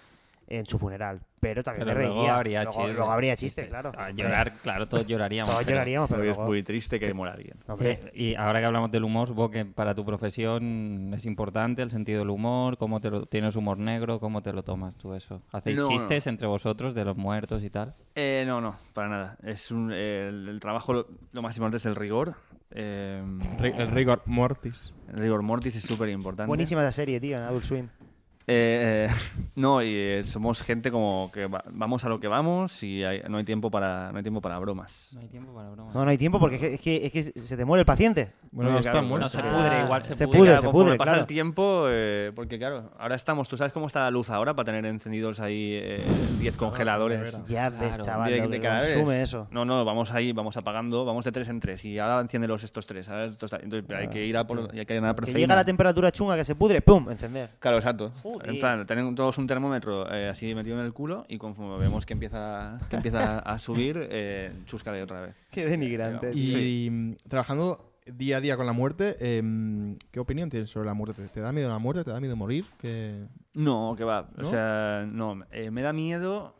en su funeral. Pero también pero me luego reiría. habría luego, chistes. luego habría chiste, claro. A llorar, claro, todos lloraríamos. Todos pero- lloraríamos, pero Porque es luego- muy triste Ah, que muera alguien. Hombre, Eh, Y ahora que hablamos del humor, supongo que para tu profesión es importante el sentido del humor, cómo te lo, tienes humor negro, cómo te lo tomas tú eso. ¿Hacéis No, no. chistes entre vosotros de los muertos y tal? Eh, no, no, para nada. Es un, eh, el, el trabajo, lo, lo más importante es el rigor. Eh, Ri- El rigor mortis. el rigor mortis es súper importante. buenísima esa serie, tío, en Adult Swim. Ah. Eh, eh, no, y eh, somos gente como que va- vamos a lo que vamos y hay- no, hay tiempo para, no hay tiempo para bromas. No hay tiempo para bromas. No, no hay tiempo porque es que, es que- es que se te muere el paciente. Bueno, Oye, está claro, muerto. No, se Ah, pudre, igual se, se pudre. pudre. Claro, conforme pasa claro. el tiempo, eh, porque claro, ahora estamos, tú sabes cómo está la luz ahora para tener encendidos ahí eh, 10 congeladores. Ya Claro, ves, chaval, de- lo de que cada vez. consume eso. No, no, vamos ahí, vamos apagando, vamos de tres en tres y ahora enciéndelos estos tres. ahora estos ta- entonces hay que ir a por, y hay que ir a Que proteína. llega la temperatura chunga que se pudre, ¡pum! Encender. Claro, exacto. Joder. En plan, tenemos todos un termómetro eh, así metido en el culo y conforme vemos que empieza, que empieza a subir, eh, chusca de otra vez. Qué denigrante. Y- Y mm, trabajando día a día con la muerte, em, ¿qué opinión tienes sobre la muerte? ¿Te- ¿Te da miedo la muerte? ¿Te da miedo morir? ¿Qué- No, que va. ¿No? O sea, no. eh, me da miedo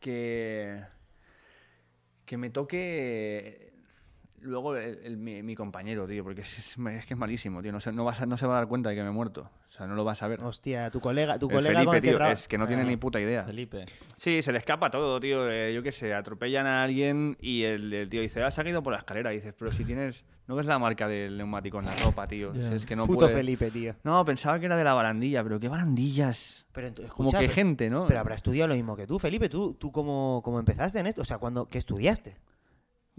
que. que me toque. eh, Luego el- el- mi, mi compañero, tío, porque es, es- es que es malísimo, tío. No se, no, vas a- no se va a dar cuenta de que me he muerto. O sea, no lo vas a ver. Hostia, tu colega, tu El colega con Eh, Felipe, el que tío, traba- Ah, es que no tiene ni puta idea. Felipe. Sí, se le escapa todo, tío. eh, yo qué sé, atropellan a alguien y el, el tío dice, ah, se ha caído por la escalera. Y dices, pero si tienes... ¿No ves la marca del neumático en la ropa, tío? Si Es que no Puto puede- Felipe, tío. No, pensaba que era de la barandilla, pero ¿qué barandillas? Pero ento- Como escucha, que pero- gente, ¿no? Pero habrá estudiado lo mismo que tú, Felipe. ¿Tú, tú cómo, cómo empezaste en esto? O sea, cuando, ¿qué estudiaste?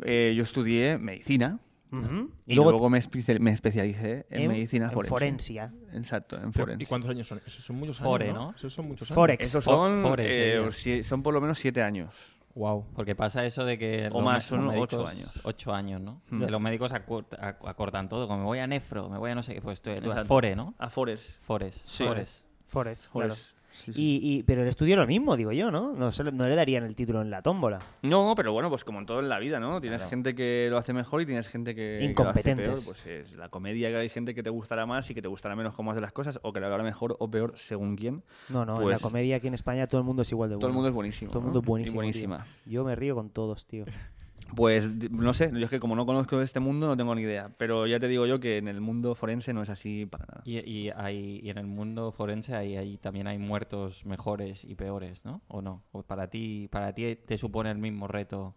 Eh, yo estudié medicina Ujú. y luego, me, espe- me especialicé en, medicina en forense. forensia. Exacto, en Pero, forense. ¿Y cuántos años son? Esos son muchos años. Fore, ¿no? Esos son muchos años. Forex. Esos Fo- son, forense, eh, tío. si- son por lo menos siete años. Wow. Porque pasa eso de que. O los más, me- son los ocho médicos- años. Ocho años, ¿no? Mm. Que los médicos acort- ac- acortan todo. Como me voy a nefro, me voy a no sé qué. Pues tú, tú a Exacto. fore, ¿no? A Fores. Fores. Sí. Fores. Forex, claro. Fores. Sí, sí, Y, y- pero el estudio lo mismo, digo yo, ¿no? No, se le- no le darían el título en la tómbola. No, pero bueno, pues como en todo en la vida, ¿no? Tienes gente que lo hace mejor y tienes gente que, Incompetentes. Que lo hace peor. Pues es la comedia que hay gente que te gustará más y que te gustará menos cómo hace las cosas o que lo hará mejor o peor según quién. No, no, en la Pues- comedia aquí en España todo el mundo es igual de bueno. Todo el mundo es buenísimo. Todo el mundo ¿no? es buenísimo. Y buenísima. tío. Yo me río con todos, tío. Pues di- no sé, yo es que como no conozco este mundo no tengo ni idea. Pero ya te digo yo que en el mundo forense no es así para nada. Y, y hay, y en el mundo forense hay, hay- también hay muertos mejores y peores, ¿no? ¿O no? ¿O para ti, para ti te supone el mismo reto?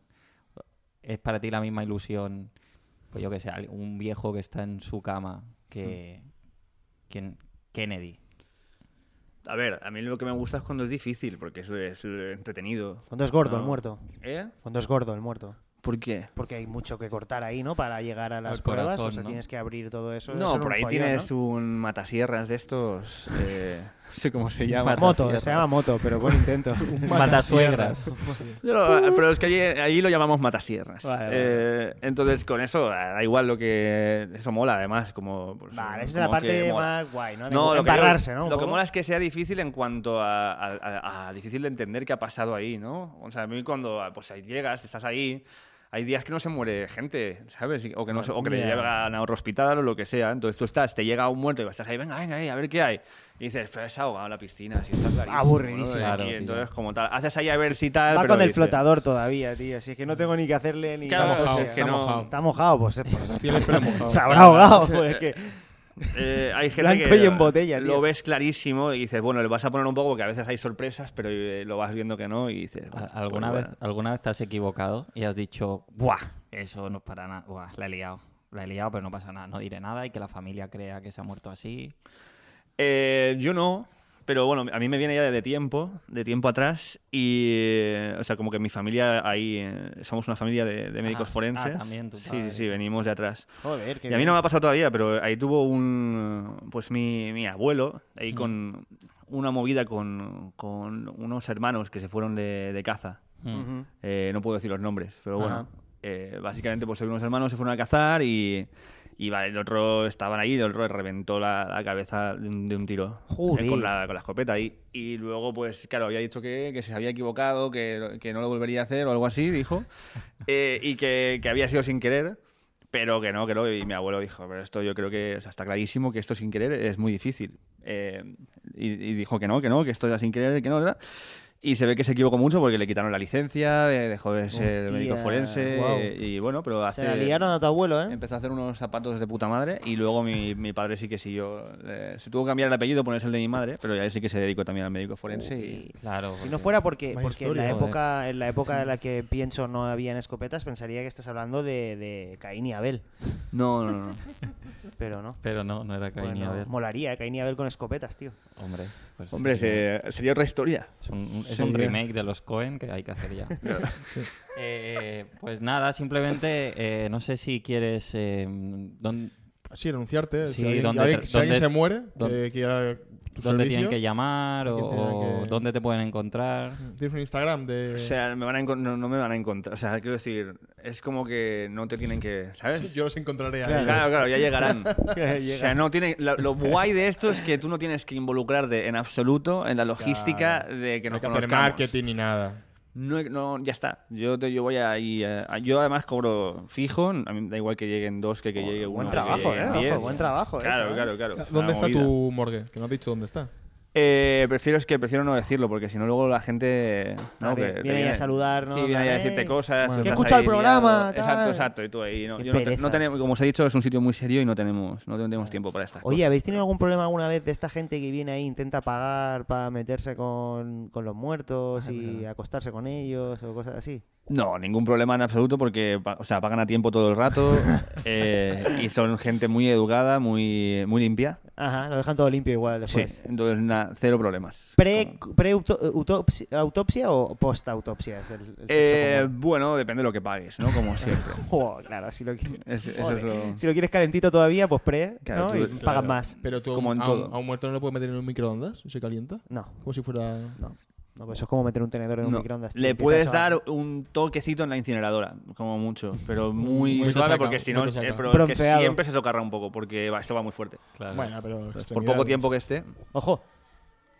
¿Es para ti la misma ilusión? Pues yo que sé, al- un viejo que está en su cama que... Mm. ¿Quién? Kennedy. A ver, a mí lo que me gusta es cuando es difícil, porque eso es eh, entretenido. Fondo es gordo, No. el muerto. ¿Eh? Fondo es gordo, el muerto. ¿Por qué? Porque hay mucho que cortar ahí, ¿no? Para llegar a las Al pruebas. o corazón, sea, ¿no? tienes que abrir todo eso. Debe No, ser por un ahí follón, tienes ¿no? un matasierras de estos. eh, no sé cómo se llama. Moto, se llama moto, pero buen intento. Matasuegras. Yo lo- pero es que allí, allí lo llamamos matasierras. Vale, vale. Eh, entonces, con eso, ah, da igual lo que. Eso mola, además. Como, pues, Vale, eh, esa es la como que parte mola. más guay, ¿no? De No, lo que, yo- Ah, embarrarse, ¿no? Un lo que poco. mola es que sea difícil en cuanto a, a- a- a difícil de entender qué ha pasado ahí, ¿no? O sea, a mí cuando ah, pues, ahí llegas, estás ahí, hay días que no se muere gente, ¿sabes? Y- O que, no, se- o que te Ya. llegan a otro hospital o lo que sea. Entonces tú estás, te llega un muerto y estás ahí, venga, venga, ahí, a ver qué hay. Y dices, pero es ahogado en la piscina, si está clarísimo. Aburridísimo. ¿no? Y Claro, tío. entonces, como tal, haces ahí a ver si tal. Va pero con el dices, flotador todavía, tío. Si es que no tengo ni que hacerle ni. Claro, Está mojado, mojado. es que está no- mojado. Está mojado, pues. eh, pues, Tiene el pelo mojado. se habrá ahogado, pues es que. Eh, hay gente Blanco que y en botella, tío. lo ves clarísimo y dices, bueno, le vas a poner un poco porque a veces hay sorpresas, pero eh, lo vas viendo que no y dices, Al- bueno, Ah, ¿Alguna, pues vez, bueno. ¿Alguna vez te has equivocado y has dicho, ¡buah! Eso no es para nada, ¡buah! La he liado. La he liado, pero no pasa nada, no diré nada y que la familia crea que se ha muerto así. Eh, yo no. Pero bueno, a mí me viene ya de tiempo, de tiempo atrás, y eh, o sea, como que mi familia ahí, eh, somos una familia de, de médicos Ah, ah, forenses. también tu sí, padre. sí, venimos de atrás. Joder, qué Y a mí bien. no me ha pasado todavía, pero ahí tuvo un. Pues mi, mi abuelo, ahí con una movida con, con unos hermanos que se fueron de, de caza. Ujú. Eh, no puedo decir los nombres, pero Ajá. bueno. eh, básicamente, pues unos hermanos se fueron a cazar y. Y vale, el otro estaban ahí, el otro le reventó la, la cabeza de un, de un tiro eh, Joder. con, la, con la escopeta. Y, y luego, pues claro, había dicho que, que se había equivocado, que, que no lo volvería a hacer o algo así, dijo. Eh, y que, que había sido sin querer, pero que no, que no. Y mi abuelo dijo, pero esto yo creo que o sea, está clarísimo que esto sin querer es muy difícil. Eh, y, y dijo que no, que no, que esto era sin querer, que no, ¿verdad? Y se ve que se equivocó mucho porque le quitaron la licencia, de- dejó de ser Hostia, médico forense. guau. eh, Y, bueno, pero hace. Se la liaron a tu abuelo, ¿eh? Empezó a hacer unos zapatos de puta madre y luego mi, mi padre sí que siguió. eh, se tuvo que cambiar el apellido, ponerse el de mi madre, pero ya él sí que se dedicó también al médico forense. y- Claro. Si no fuera porque, Vaya porque en historia, la joder. época, en la época en la que pienso no habían escopetas, pensaría que estás hablando de, de Caín y Abel, No, no, no. pero no. Pero no, no era Caín y Bueno, Abel. Molaría, ¿eh? Caín y Abel con escopetas, tío. Hombre, pues Hombre, sí. se- sería otra historia. Es un, un- es Sí, un ya. remake de los Cohen que hay que hacer ya. Eh, pues nada, simplemente eh, no sé si quieres. eh, don- Sí, renunciarte. Sí, si alguien, ¿dónde alguien- tra- si alguien dónde- se muere, dónde- eh, que ya tus ¿Dónde tienen servicios, que llamar o, ¿A quién tienen o que- dónde te pueden encontrar? Tienes un Instagram de... O sea, me van a encon- no, no me van a encontrar. O sea, quiero decir, es como que no te tienen que. ¿Sabes? yo los encontraré a Claro, ellos. claro, ya llegarán. Ya o sea, no tiene, lo, lo guay de esto es que tú no tienes que involucrarte en absoluto en la logística Claro. de que No hay nos que hacer conozcamos. marketing ni nada. No, no, ya está. Yo, te, yo voy ahí. eh, yo además cobro fijo. A mí da igual que lleguen dos que que llegue uno. Buen que trabajo, lleguen ¿eh? diez. Ojo, buen trabajo, ¿eh? Claro, chaval? claro, claro. Una ¿Dónde está movida. tu morgue? Que no has dicho dónde está. Eh, prefiero es que prefiero no decirlo porque si no luego la gente no, Ah, que bien. te Viene ahí a saludar, ¿no? Sí, viene ahí a Plan, decirte "Ey, cosas. que tú estás escucha ahí el programa, liado. Exacto, tal". exacto. Y tú ahí no, Qué yo no te- pereza. no tenemos, como os he dicho, es un sitio muy serio y no tenemos, no tenemos tiempo para estas Oye, ¿habéis tenido algún problema alguna vez de esta gente que viene ahí e intenta pagar para meterse con, con los muertos Ah, y acostarse con ellos o cosas así? No, ningún problema en absoluto porque, pa- o sea, pagan a tiempo todo el rato eh, y son gente muy educada, muy, muy limpia. Ajá, lo dejan todo limpio igual Sí, después. entonces na- cero problemas. Pre, pre eh, autopsia, o post autopsia es el, el sexo Eh, común? bueno, depende de lo que pagues, ¿no? Como siempre. Jo, claro, si lo, qui- Es- eso Joder. es lo- si lo quieres calentito todavía, pues pre, Claro, ¿no? tú- y claro. pagas más. Pero tú a un- Como en a, un, todo. a un muerto no lo puedes meter en un microondas y se calienta. No, Como si fuera... no. No, pues eso es como meter un tenedor en un No, microondas. tío, Le empieza puedes eso a- dar un toquecito en la incineradora, como mucho, pero muy, Muy suave tochaca, porque si no, muy es- eh, tochaca. pero es que Bronceado. siempre se socarra un poco porque va, esto va muy fuerte. Bueno, pero... Por eh, poco tiempo que esté. pues Ojo,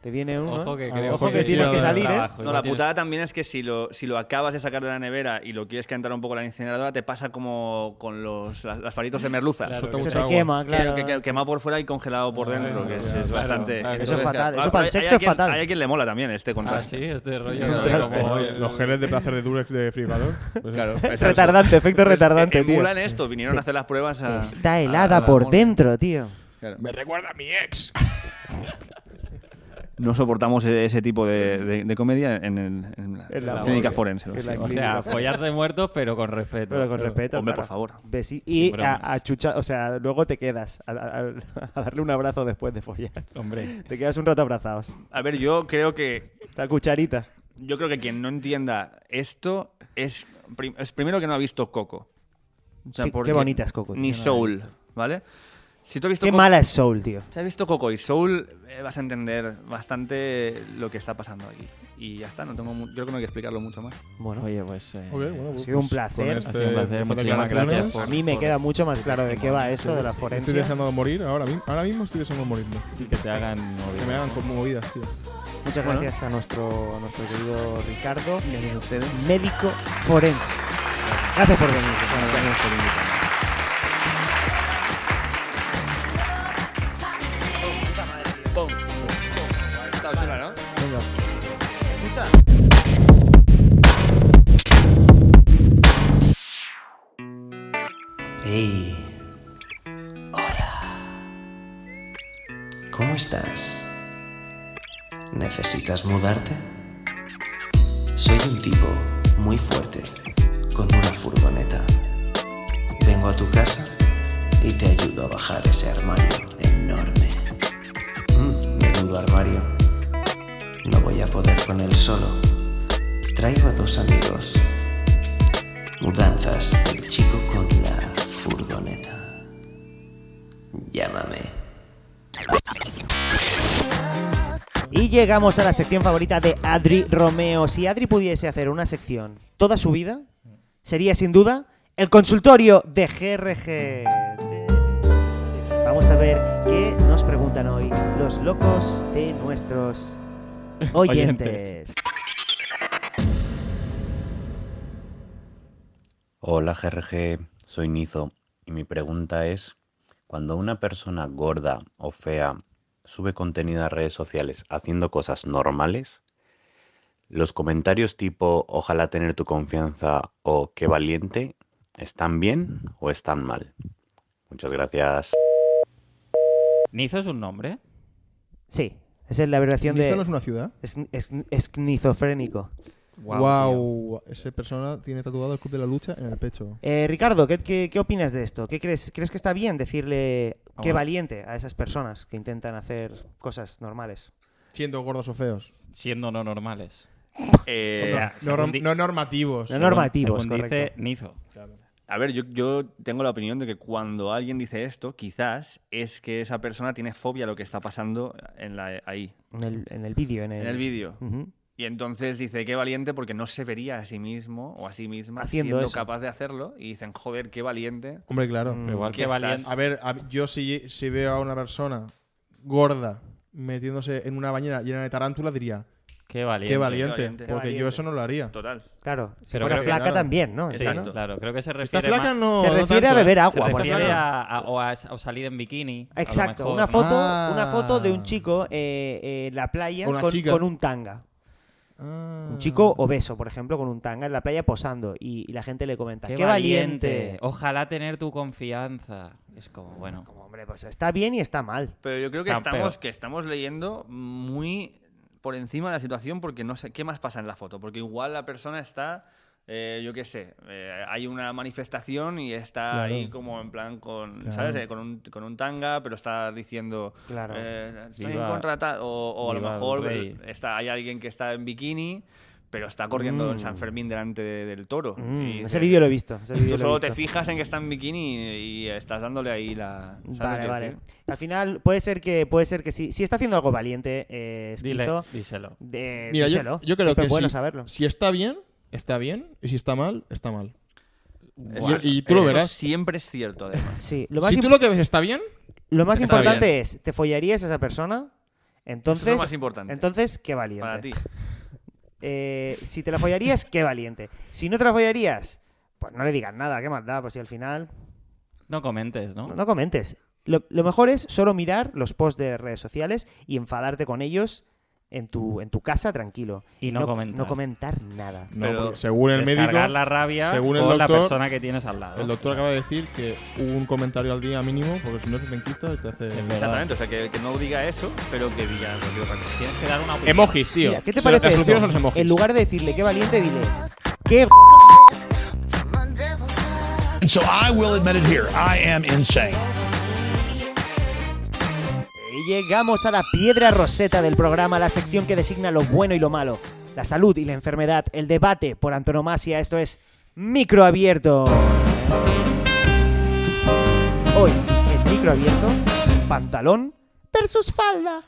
te viene uno. Ojo que Ah, creo ojo que que tienes yo- que salir, ¿eh? trabajo. No, la putada también es que si lo, si lo acabas de sacar de la nevera y lo quieres calentar un poco en la incineradora, te pasa como con los, las, las palitos de merluza. Se Suelta mucha te agua. quema, Que- claro. que, que- quemado por fuera y congelado por dentro, que es, es bastante. claro. Eso es Entonces, fatal, claro, eso para el hay- sexo hay es a quien- fatal. Hay a quien le mola también este Ah, contraste. sí, este rollo. Contraste. de como- Oye, Los geles de placer de Durex de fripador. Pues Claro, es eso. retardante, efecto retardante, Eh, tío. Emulan esto, vinieron Sí. a hacer las pruebas a. Está a helada Ah, la por mona. dentro, tío. Claro. Me recuerda a mi ex. No soportamos e- ese tipo de, de- de comedia en, el- en la, En la clínica morgue. forense. lo En la siento. O sea, follarse muertos, pero con respeto. Pero con respeto. Hombre, claro. por favor. Besi- y a, bromas. a chucha- o sea, luego te quedas a, a- a darle un abrazo después de follar. Hombre. Te quedas un rato abrazados. A ver, yo creo que La cucharita. yo creo que quien no entienda esto es, prim- es primero que no ha visto Coco. O sea, Qué- qué porque- bonita es Coco, tío, Ni no la he Soul, ¿vale? Si tú has visto Qué Coco- mala es Soul, tío. Si has visto Coco y Soul, eh, vas a entender bastante lo que está pasando aquí. Y ya está, no tengo mu- creo que no hay que explicarlo mucho más. Bueno, Oye, pues. eh, Ok, bueno, ha pues sido un con placer. este- sido un placer, estas muchísimas declaraciones, gracias a mí me queda mucho más claro de qué va esto de la Estoy forense. deseando morir ahora mismo. Ahora mismo estoy deseando morirme. Que te hagan Que movidas. me hagan conmovidas, tío. Muchas gracias a nuestro, a nuestro querido Ricardo, Gracias a ustedes. médico forense. Gracias por venir. Gracias por invitarme. Pum. Está chula, ¿no? Venga. Hey. Hola. ¿Cómo estás? ¿Necesitas mudarte? Soy un tipo muy fuerte, con una furgoneta. Vengo a tu casa y te ayudo a bajar ese armario enorme. Mm, menudo armario. No voy a poder con él solo. Traigo a dos amigos. Mudanzas del chico con la furgoneta. Llámame. Y llegamos a la sección favorita de Adri Romeo. Si Adri pudiese hacer una sección toda su vida, sería sin duda el consultorio de GRG. Vamos a ver qué nos preguntan hoy los locos de nuestros oyentes. Oyentes. Hola GRG, soy Nizo y mi pregunta es, cuando una persona gorda o fea sube contenido a redes sociales haciendo cosas normales, los comentarios tipo ojalá tener tu confianza o qué valiente, ¿están bien o están mal? Muchas gracias. ¿Nizo es un nombre? Sí, esa es la abreviación ¿Niza no de es una ciudad? esn- esn- esquizofrénico. Guau, wow, esa persona tiene tatuado el club de la lucha en el pecho. Eh, Ricardo, ¿qué, qué, qué opinas de esto? ¿Qué crees? ¿Crees que está bien decirle qué Ahora. valiente a esas personas que intentan hacer cosas normales? Siendo gordos o feos. tío. Siendo no normales. Eh, O sea, No, según di- no normativos. No Pues según- normativos, según dice correcto. Nizo. A ver, yo, yo tengo la opinión de que cuando alguien dice esto, quizás es que esa persona tiene fobia a lo que está pasando en la, ahí, En el, en el vídeo. En el, en el vídeo. Ujú. Y entonces dice, qué valiente, porque no se vería a sí mismo o a sí misma Haciendo siendo eso. capaz de hacerlo. Y dicen, joder, qué valiente. Hombre, claro. Pero Mm. igual Aquí que estás. valiente. A ver, a- yo si, si veo a una persona gorda metiéndose en una bañera llena de tarántulas, diría, Qué valiente. qué valiente, valiente. porque Qué yo valiente. eso no lo haría. Total. Claro, si Pero fuera creo que flaca claro. también, ¿no? Sí, Entiendo. claro, creo que se ¿Está refiere flaca? más- No. Se no refiere a tanto, ¿eh? beber Se agua, por refiere ejemplo. a, a- o a, a salir en bikini. a lo Exacto, mejor, una ¿no? foto, Ah. una foto de un chico eh, eh, en la playa O una con, chica. con un tanga. Ah. Un chico obeso, por ejemplo, con un tanga en la playa posando y, y la gente le comenta, qué, Qué, valiente. valiente. Ojalá tener tu confianza. Es como, bueno. Como, hombre, pues está bien y está mal. Pero yo creo que Está estamos, peor. que estamos leyendo muy por encima de la situación porque no sé qué más pasa en la foto. Porque igual la persona está, eh, yo qué sé, eh, hay una manifestación y está Claro. ahí como en plan con, Claro. ¿sabes? Eh, con, un, con un tanga, pero está diciendo, Claro. eh, estoy Viva- en contra de tal. O, o a lo viva el mejor rey. está, hay alguien que está en bikini, pero está corriendo en San Fermín delante de- del toro. Mm, Y ese dices, vídeo lo he visto. Pues ese vídeo Tú lo he solo te visto. fijas en que está en bikini y, y estás dándole ahí la... ¿sabes lo que Vale, quiero vale. decir? Al final puede ser que puede ser que sí. Si está haciendo algo valiente, eh, Dile, esquizo, díselo. de, Mira, yo, díselo. yo creo Siempre que es bueno si, saberlo. si está bien, está bien, y si está mal, está mal. Eso Y- es- y tú lo eso verás. Siempre es cierto, además. Sí, lo más, si im- tú lo que ves está bien, lo más Está importante es, ¿te follarías a esa persona? Entonces, Eso es lo más importante. entonces qué valiente. Para ti. Eh, si te la follarías, qué valiente. Si no te la follarías, pues no le digas nada, qué más da, pues si al final No comentes, ¿no? no, no comentes. Lo, lo mejor es solo mirar los posts de redes sociales y enfadarte con ellos en tu, en tu casa tranquilo. Y no comentar. no comentar nada. no, Pero porque según el médico, Descargar la rabia según el con la doctor- persona que tienes al lado. el doctor acaba de decir que un comentario al día mínimo, porque si no te quita y te hace... Es verdad. Exactamente, o sea, que, que no diga eso, pero que diga cualquier otra cosa. Tienes que dar una opinión. Emojis, tío. Mira, ¿qué te Se- la parece solución son los esto? emojis. En lugar de decirle qué valiente, dile qué And so I will admit it here. I am insane. Y llegamos a la piedra roseta del programa, la sección que designa lo bueno y lo malo, la salud y la enfermedad, el debate por antonomasia, esto es microabierto. Hoy, en microabierto, pantalón versus falda.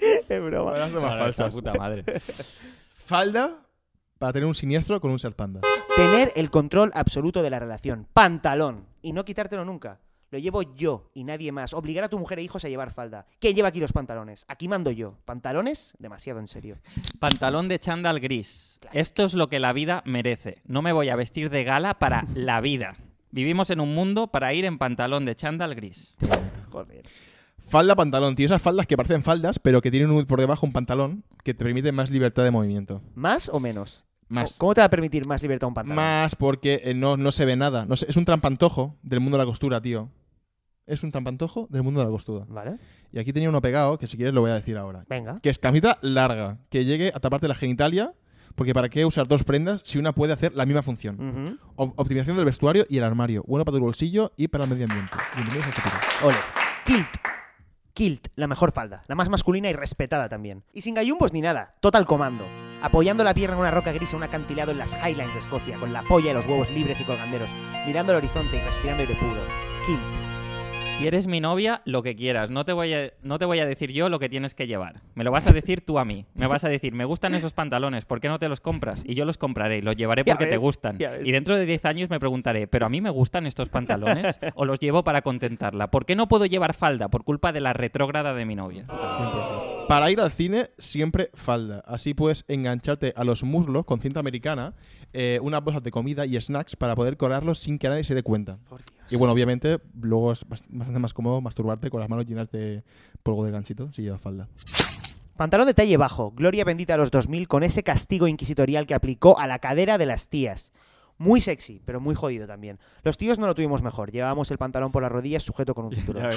es broma. Palabras más Ahora, esta falsas. puta madre. Falda para tener un siniestro con un Seat Panda. Tener el control absoluto de la relación, pantalón, y no quitártelo nunca. Lo llevo yo y nadie más. Obligar a tu mujer e hijos a llevar falda. ¿Quién lleva aquí los pantalones? Aquí mando yo. Pantalones, demasiado en serio. Pantalón de chándal gris. Esto es lo que la vida merece. No me voy a vestir de gala para la vida. Vivimos en un mundo para ir en pantalón de chándal gris. Joder. Falda, pantalón, tío. Esas faldas que parecen faldas, pero que tienen un- por debajo un pantalón que te permite más libertad de movimiento. ¿Más o menos? Más. ¿Cómo te va a permitir más libertad un pantalón? Más porque eh, no, no se ve nada. No se- es un trampantojo del mundo de la costura, tío. Es un trampantojo del mundo de la costura. ¿Vale? Y aquí tenía uno pegado, que si quieres lo voy a decir ahora. Venga. Que es camisa larga, que llegue a taparte la genitalia, porque ¿para qué usar dos prendas si una puede hacer la misma función? Ujú. Op- optimización del vestuario este y el armario. Bueno para tu bolsillo y para el medio ambiente. Bienvenidos al capítulo. Ole. Kilt. Kilt, la mejor falda, la más masculina y respetada también. Y sin gallumbos ni nada, total comando. Apoyando la pierna en una roca gris en un acantilado en las Highlands de Escocia, con la polla y los huevos libres y colganderos, mirando al horizonte y respirando aire puro. Kilt. Si eres mi novia, lo que quieras. No te, voy a, no te voy a decir yo lo que tienes que llevar. Me lo vas a decir tú a mí. Me vas a decir, me gustan esos pantalones, ¿por qué no te los compras? Y yo los compraré y los llevaré Ya porque te ves, gustan. ya ves. Y dentro de 10 años me preguntaré, ¿pero a mí me gustan estos pantalones? ¿O los llevo para contentarla? ¿Por qué no puedo llevar falda? Por culpa de la retrógrada de mi novia. Para ir al cine, siempre falda. Así puedes engancharte a los muslos con cinta americana, eh, unas bolsas de comida y snacks para poder colarlos sin que nadie se dé cuenta. Y bueno, obviamente, luego es bast- bastante más cómodo masturbarte con las manos llenas de polvo de ganchito si llevas falda. Pantalón de talle bajo, gloria bendita a los 2000 con ese castigo inquisitorial que aplicó a la cadera de las tías. Muy sexy, pero muy jodido también. Los tíos no lo tuvimos mejor, llevábamos el pantalón por las rodillas sujeto con un cinturón. Era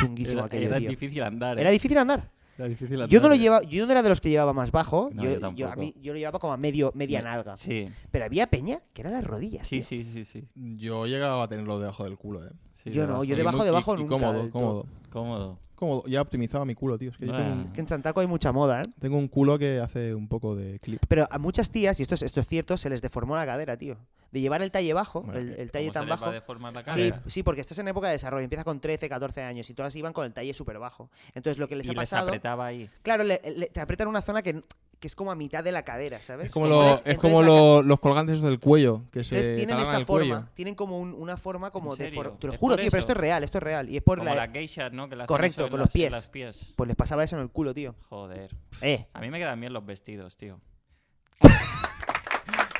chunguísimo Era, aquello, era tío. difícil andar. ¿eh? Era difícil andar. Era difícil Yo no, lo llevaba, yo no era de los que llevaba más bajo, No, yo, yo yo a tampoco. mí- yo lo llevaba como a medio, media nalga. Sí, Pero había peña que era las rodillas. sí, tío. sí, sí, sí. Yo llegaba a tenerlo debajo del culo, eh. Sí, Yo no, debajo. yo Y debajo, muy- y- debajo y nunca cómodo, del todo. cómodo. Cómodo. Cómodo. Ya optimizaba mi culo, tío. Es que yo tengo, Ah. Es que en Santaco hay mucha moda, ¿eh? tengo un culo que hace un poco de clip. Pero a muchas tías, y esto es, esto es cierto, se les deformó la cadera, tío. De llevar el talle bajo, Bueno, el, el ¿Cómo talle se tan les va bajo. a deformar la Sí, cara? sí, porque estás en época de desarrollo, empiezas con 13, 14 años y todas iban con el talle súper bajo. Entonces lo que les y ha les pasado, apretaba ahí. claro, le- le- te aprietan una zona que, que es como a mitad de la cadera, ¿sabes? Es como, Entonces- lo- es entonces como la lo- los colgantes esos del cuello. Que se Entonces tienen talan esta al forma, cuello. tienen como un- una forma como de serio? for- Te lo ¿Es juro, por tío, pero eso? esto es real, esto es real. Y es por Como la... la geisha, ¿no? Que la hacen Correcto, eso en con los las- en pies. las pies. Pues les pasaba eso en el culo, tío. Joder. Eh, A mí me quedan bien los vestidos, tío.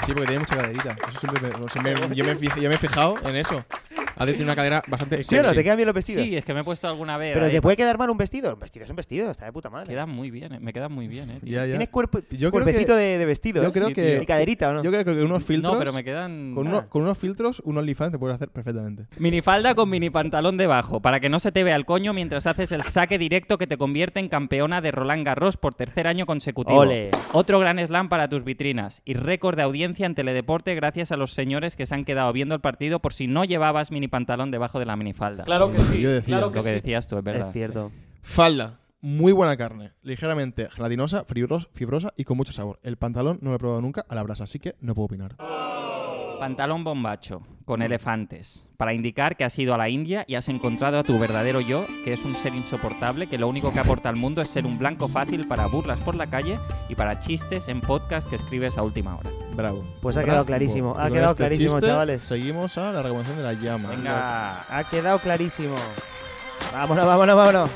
Sí, porque tiene mucha caderita. Eso siempre me- no sé, me- yo, me, he fij- yo me he fijado en eso. Adri tiene una cadera bastante. ¿sí o no? sexy. ¿Te quedan bien los vestidos? Sí, es que me he puesto alguna vez. pero ahí, te puede quedar mal un vestido. Un vestido es un vestido, está de puta madre. Quedan muy bien, eh, me quedan muy bien, eh. tío. Ya, ya. Tienes cuerpo, Yo creo cuerpecito de, de vestido. yo ¿eh? creo Y- que- Y caderita, ¿o no? Yo creo que con unos filtros. No, pero me quedan. con, nada. uno- con unos filtros, un OnlyFans te puedes hacer perfectamente. Minifalda con mini pantalón debajo, para que no se te vea el coño mientras haces el saque directo que te convierte en campeona de Roland Garros por tercer año consecutivo. Ole. Otro gran slam para tus vitrinas y récord de audiencia en Teledeporte gracias a los señores que se han quedado viendo el partido por si no llevabas mini pantalón debajo de la minifalda. Claro que sí. Yo decía, Lo que decías tú, es verdad. Es cierto. Falda. Muy buena carne. Ligeramente gelatinosa, fibros- fibrosa y con mucho sabor. El pantalón no lo he probado nunca a la brasa, así que no puedo opinar. Pantalón bombacho, con elefantes, para indicar que has ido a la India y has encontrado a tu verdadero yo, que es un ser insoportable, que lo único que aporta al mundo es ser un blanco fácil para burlas por la calle y para chistes en podcast que escribes a última hora. Bravo. Pues ha Bravo. quedado clarísimo, ha Y con quedado este clarísimo, chiste, chavales. Seguimos a la recomendación de la llama. Venga, Ha quedado clarísimo. Vámonos, vámonos, vámonos.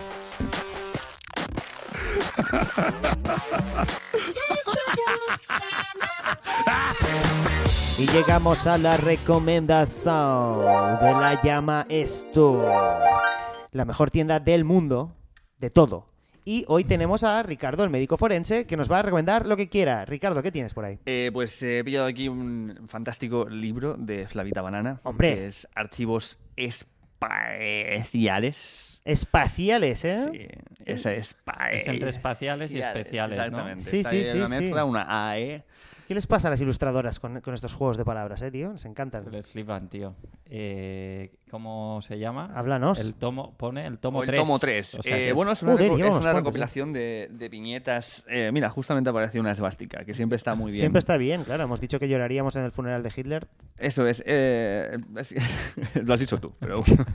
Y llegamos a la recomendación de la llama esto. La mejor tienda del mundo, de todo. Y hoy tenemos a Ricardo, el médico forense, que nos va a recomendar lo que quiera. Ricardo, ¿qué tienes por ahí? Eh, pues eh, he pillado aquí un fantástico libro de Flavita Banana. Hombre. Que es Archivos Espaciales. Espaciales, ¿eh? Sí, esa es es entre espaciales y especiales, ¿no? Exactamente. Sí, Está sí, ahí sí, Una sí. mezcla, una E, AE. ¿Qué les pasa a las ilustradoras con, con estos juegos de palabras, eh, tío? Les encantan. Les flipan, tío. Eh, ¿Cómo se llama? Háblanos. El tomo, pone el O tomo el 3. tomo 3. O sea, que es- bueno, es una, Joder, reco- lleva es unos una cuantos, recopilación de, de viñetas. Eh, mira, justamente apareció una esvástica, que siempre está muy bien. Siempre está bien, claro. Hemos dicho que lloraríamos en el funeral de Hitler. Eso es. eh, es- lo has dicho tú, pero. bueno.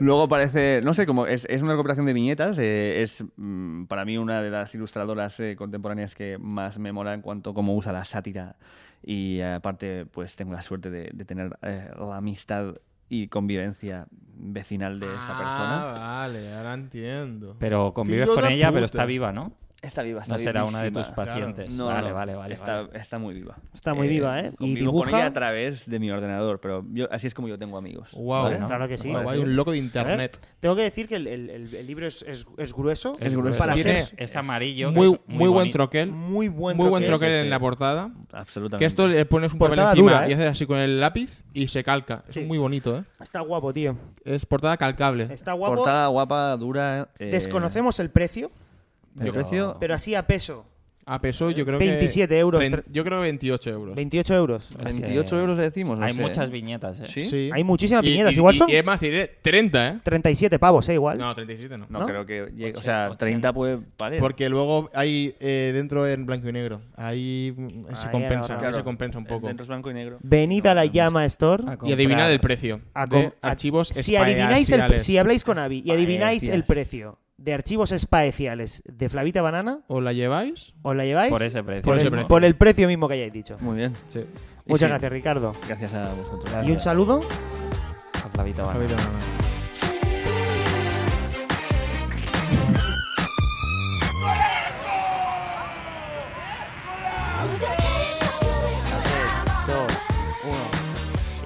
Luego parece, no sé, como es, es una recuperación de viñetas, eh, es mm, para mí una de las ilustradoras eh, contemporáneas que más me mola en cuanto a cómo usa la sátira y eh, aparte pues tengo la suerte de, de tener eh, la amistad y convivencia vecinal de esta Ah. persona. vale, ahora entiendo. Pero convives Tío con de ella, puta. pero está viva, ¿no? Está viva, está No será una de vivísima. tus pacientes. No, vale, no, vale, vale. Está, vale. está muy viva. Está muy viva, ¿eh? Y convivo con dibuja- ella a través de mi ordenador, pero yo- así es como yo tengo amigos. Wow, Vale, ¿no? Claro que sí. hay un loco de internet. A ver, Tengo que decir que el, el- el- el libro es, es- es grueso. Es grueso. Para Tiene- ser Es amarillo. Muy, es muy, buen bonito. troquel. muy buen muy buen troquel. troquel Sí, sí. en la portada. Absolutamente. Que esto le pones un papel Portada encima dura, ¿eh? y haces así con el lápiz y se calca. Es Sí. muy bonito, ¿eh? Está guapo, tío. Es portada calcable. Está guapo. Portada guapa, dura. eh, Desconocemos el precio, el precio. pero así a peso. A peso yo creo que... 27 euros, trein- tre- Yo creo que 28 euros. 28 euros. 28 Eh, euros le decimos. no Hay sé. muchas viñetas, ¿eh? ¿Ah, ¿Sí? Sí. Hay muchísimas Y- piñetas. y- Igual y- son Y es más, diré 30, ¿eh? 37 pavos, ¿eh? Igual. No, 37 no. No, ¿No? creo que llegue- O Ochen- sea, ochen- 30 puede valer. Porque luego hay eh, dentro en blanco y negro. Ahí mm, se Ahí compensa, ahora, ahí claro. se compensa un poco. Dentro es blanco y negro. Venid a la llama store. A Y adivinar comprar. el precio a com- de a- archivos si adivináis el, espaciales. si habláis con Avi y adivináis el Espaciales. precio de archivos espaciales de Flavita Banana, ¿O la lleváis? os la lleváis Por ese precio. Por ese el, precio. el precio mismo que hayáis dicho. Muy bien. Sí. Y Muchas sí, gracias, Ricardo. Gracias a vosotros. Y un saludo. A Flavita Banana. Flavita Banana.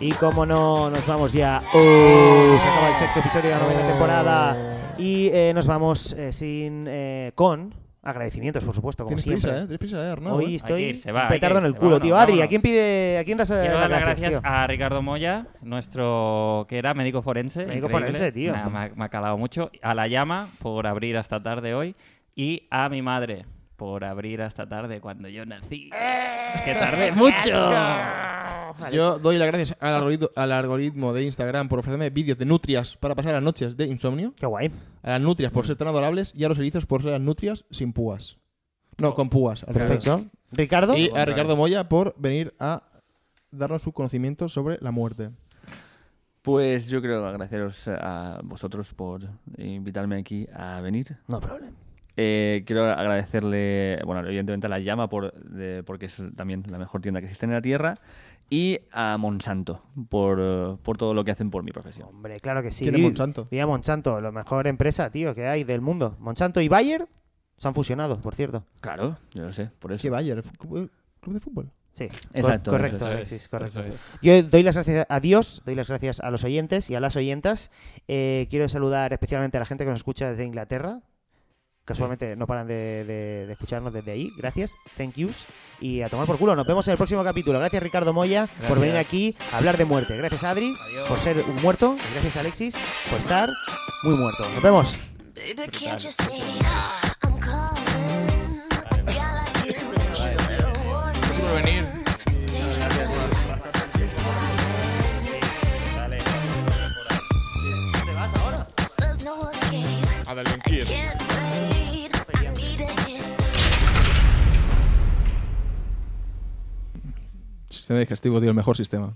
Y como no, nos vamos ya. Oh, se acaba el sexto episodio de la novena temporada. Y eh, nos vamos eh, sin eh, con agradecimientos, por supuesto, como Tienes siempre. prisa, ¿eh? Tienes prisa, ¿eh, Arnau? Hoy ¿eh? estoy Hay que irse, va, hay petardo que en el irse, culo, tío. vámonos, Adri, ¿a vámonos. quién pide, a quién das eh, Quiero las dar las gracias, gracias tío? a Ricardo Moya, nuestro que era médico forense. Médico increíble. forense, tío. Nada, me, ha, me ha calado mucho. A La Llama por abrir hasta tarde hoy. Y a mi madre por abrir hasta tarde cuando yo nací. ¡Eh! ¡Que tardé mucho! Yo doy las gracias al algoritmo, al algoritmo de Instagram por ofrecerme vídeos de nutrias para pasar las noches de insomnio, Qué guay. a las nutrias Mm. por ser tan adorables y a los erizos por ser las nutrias sin púas. No, con púas. al revés. Perfecto. Ricardo, Y a Ricardo Moya por venir a darnos su conocimiento sobre la muerte. Pues yo creo agradeceros a vosotros por invitarme aquí a venir. no problema. Eh, quiero agradecerle, bueno, evidentemente a La Llama, por, de- porque es también la mejor tienda que existe en la Tierra, y a Monsanto por, eh, por todo lo que hacen por mi profesión. Hombre, claro que sí. ¿Quién es Vi- Monsanto? Viva Monsanto, la mejor empresa, tío, que hay del mundo. Monsanto y Bayer se han fusionado, por cierto. Claro, yo lo sé, por eso. Que vaya, el fu- club club de fútbol. Sí, Exacto, cor- correcto, eso es, Alexis, correcto. Yo doy las gracias a Dios, doy las gracias a los oyentes y a las oyentas. Eh, quiero saludar especialmente a la gente que nos escucha desde Inglaterra. Casualmente no paran de, de- de escucharnos desde ahí. Gracias, thank yous. Y a tomar por culo. Nos vemos en el próximo capítulo. Gracias, Ricardo Moya, por venir aquí a hablar de muerte. Gracias, Adri, por ser un muerto. Y gracias, Alexis, por estar muy muerto. Nos vemos. Baby, can't you see I'm calling? A guy like you should let her warn me. It's dangerous. There's no escape. I can't wait. I need a hit. Sistema digestivo, tío, el mejor sistema.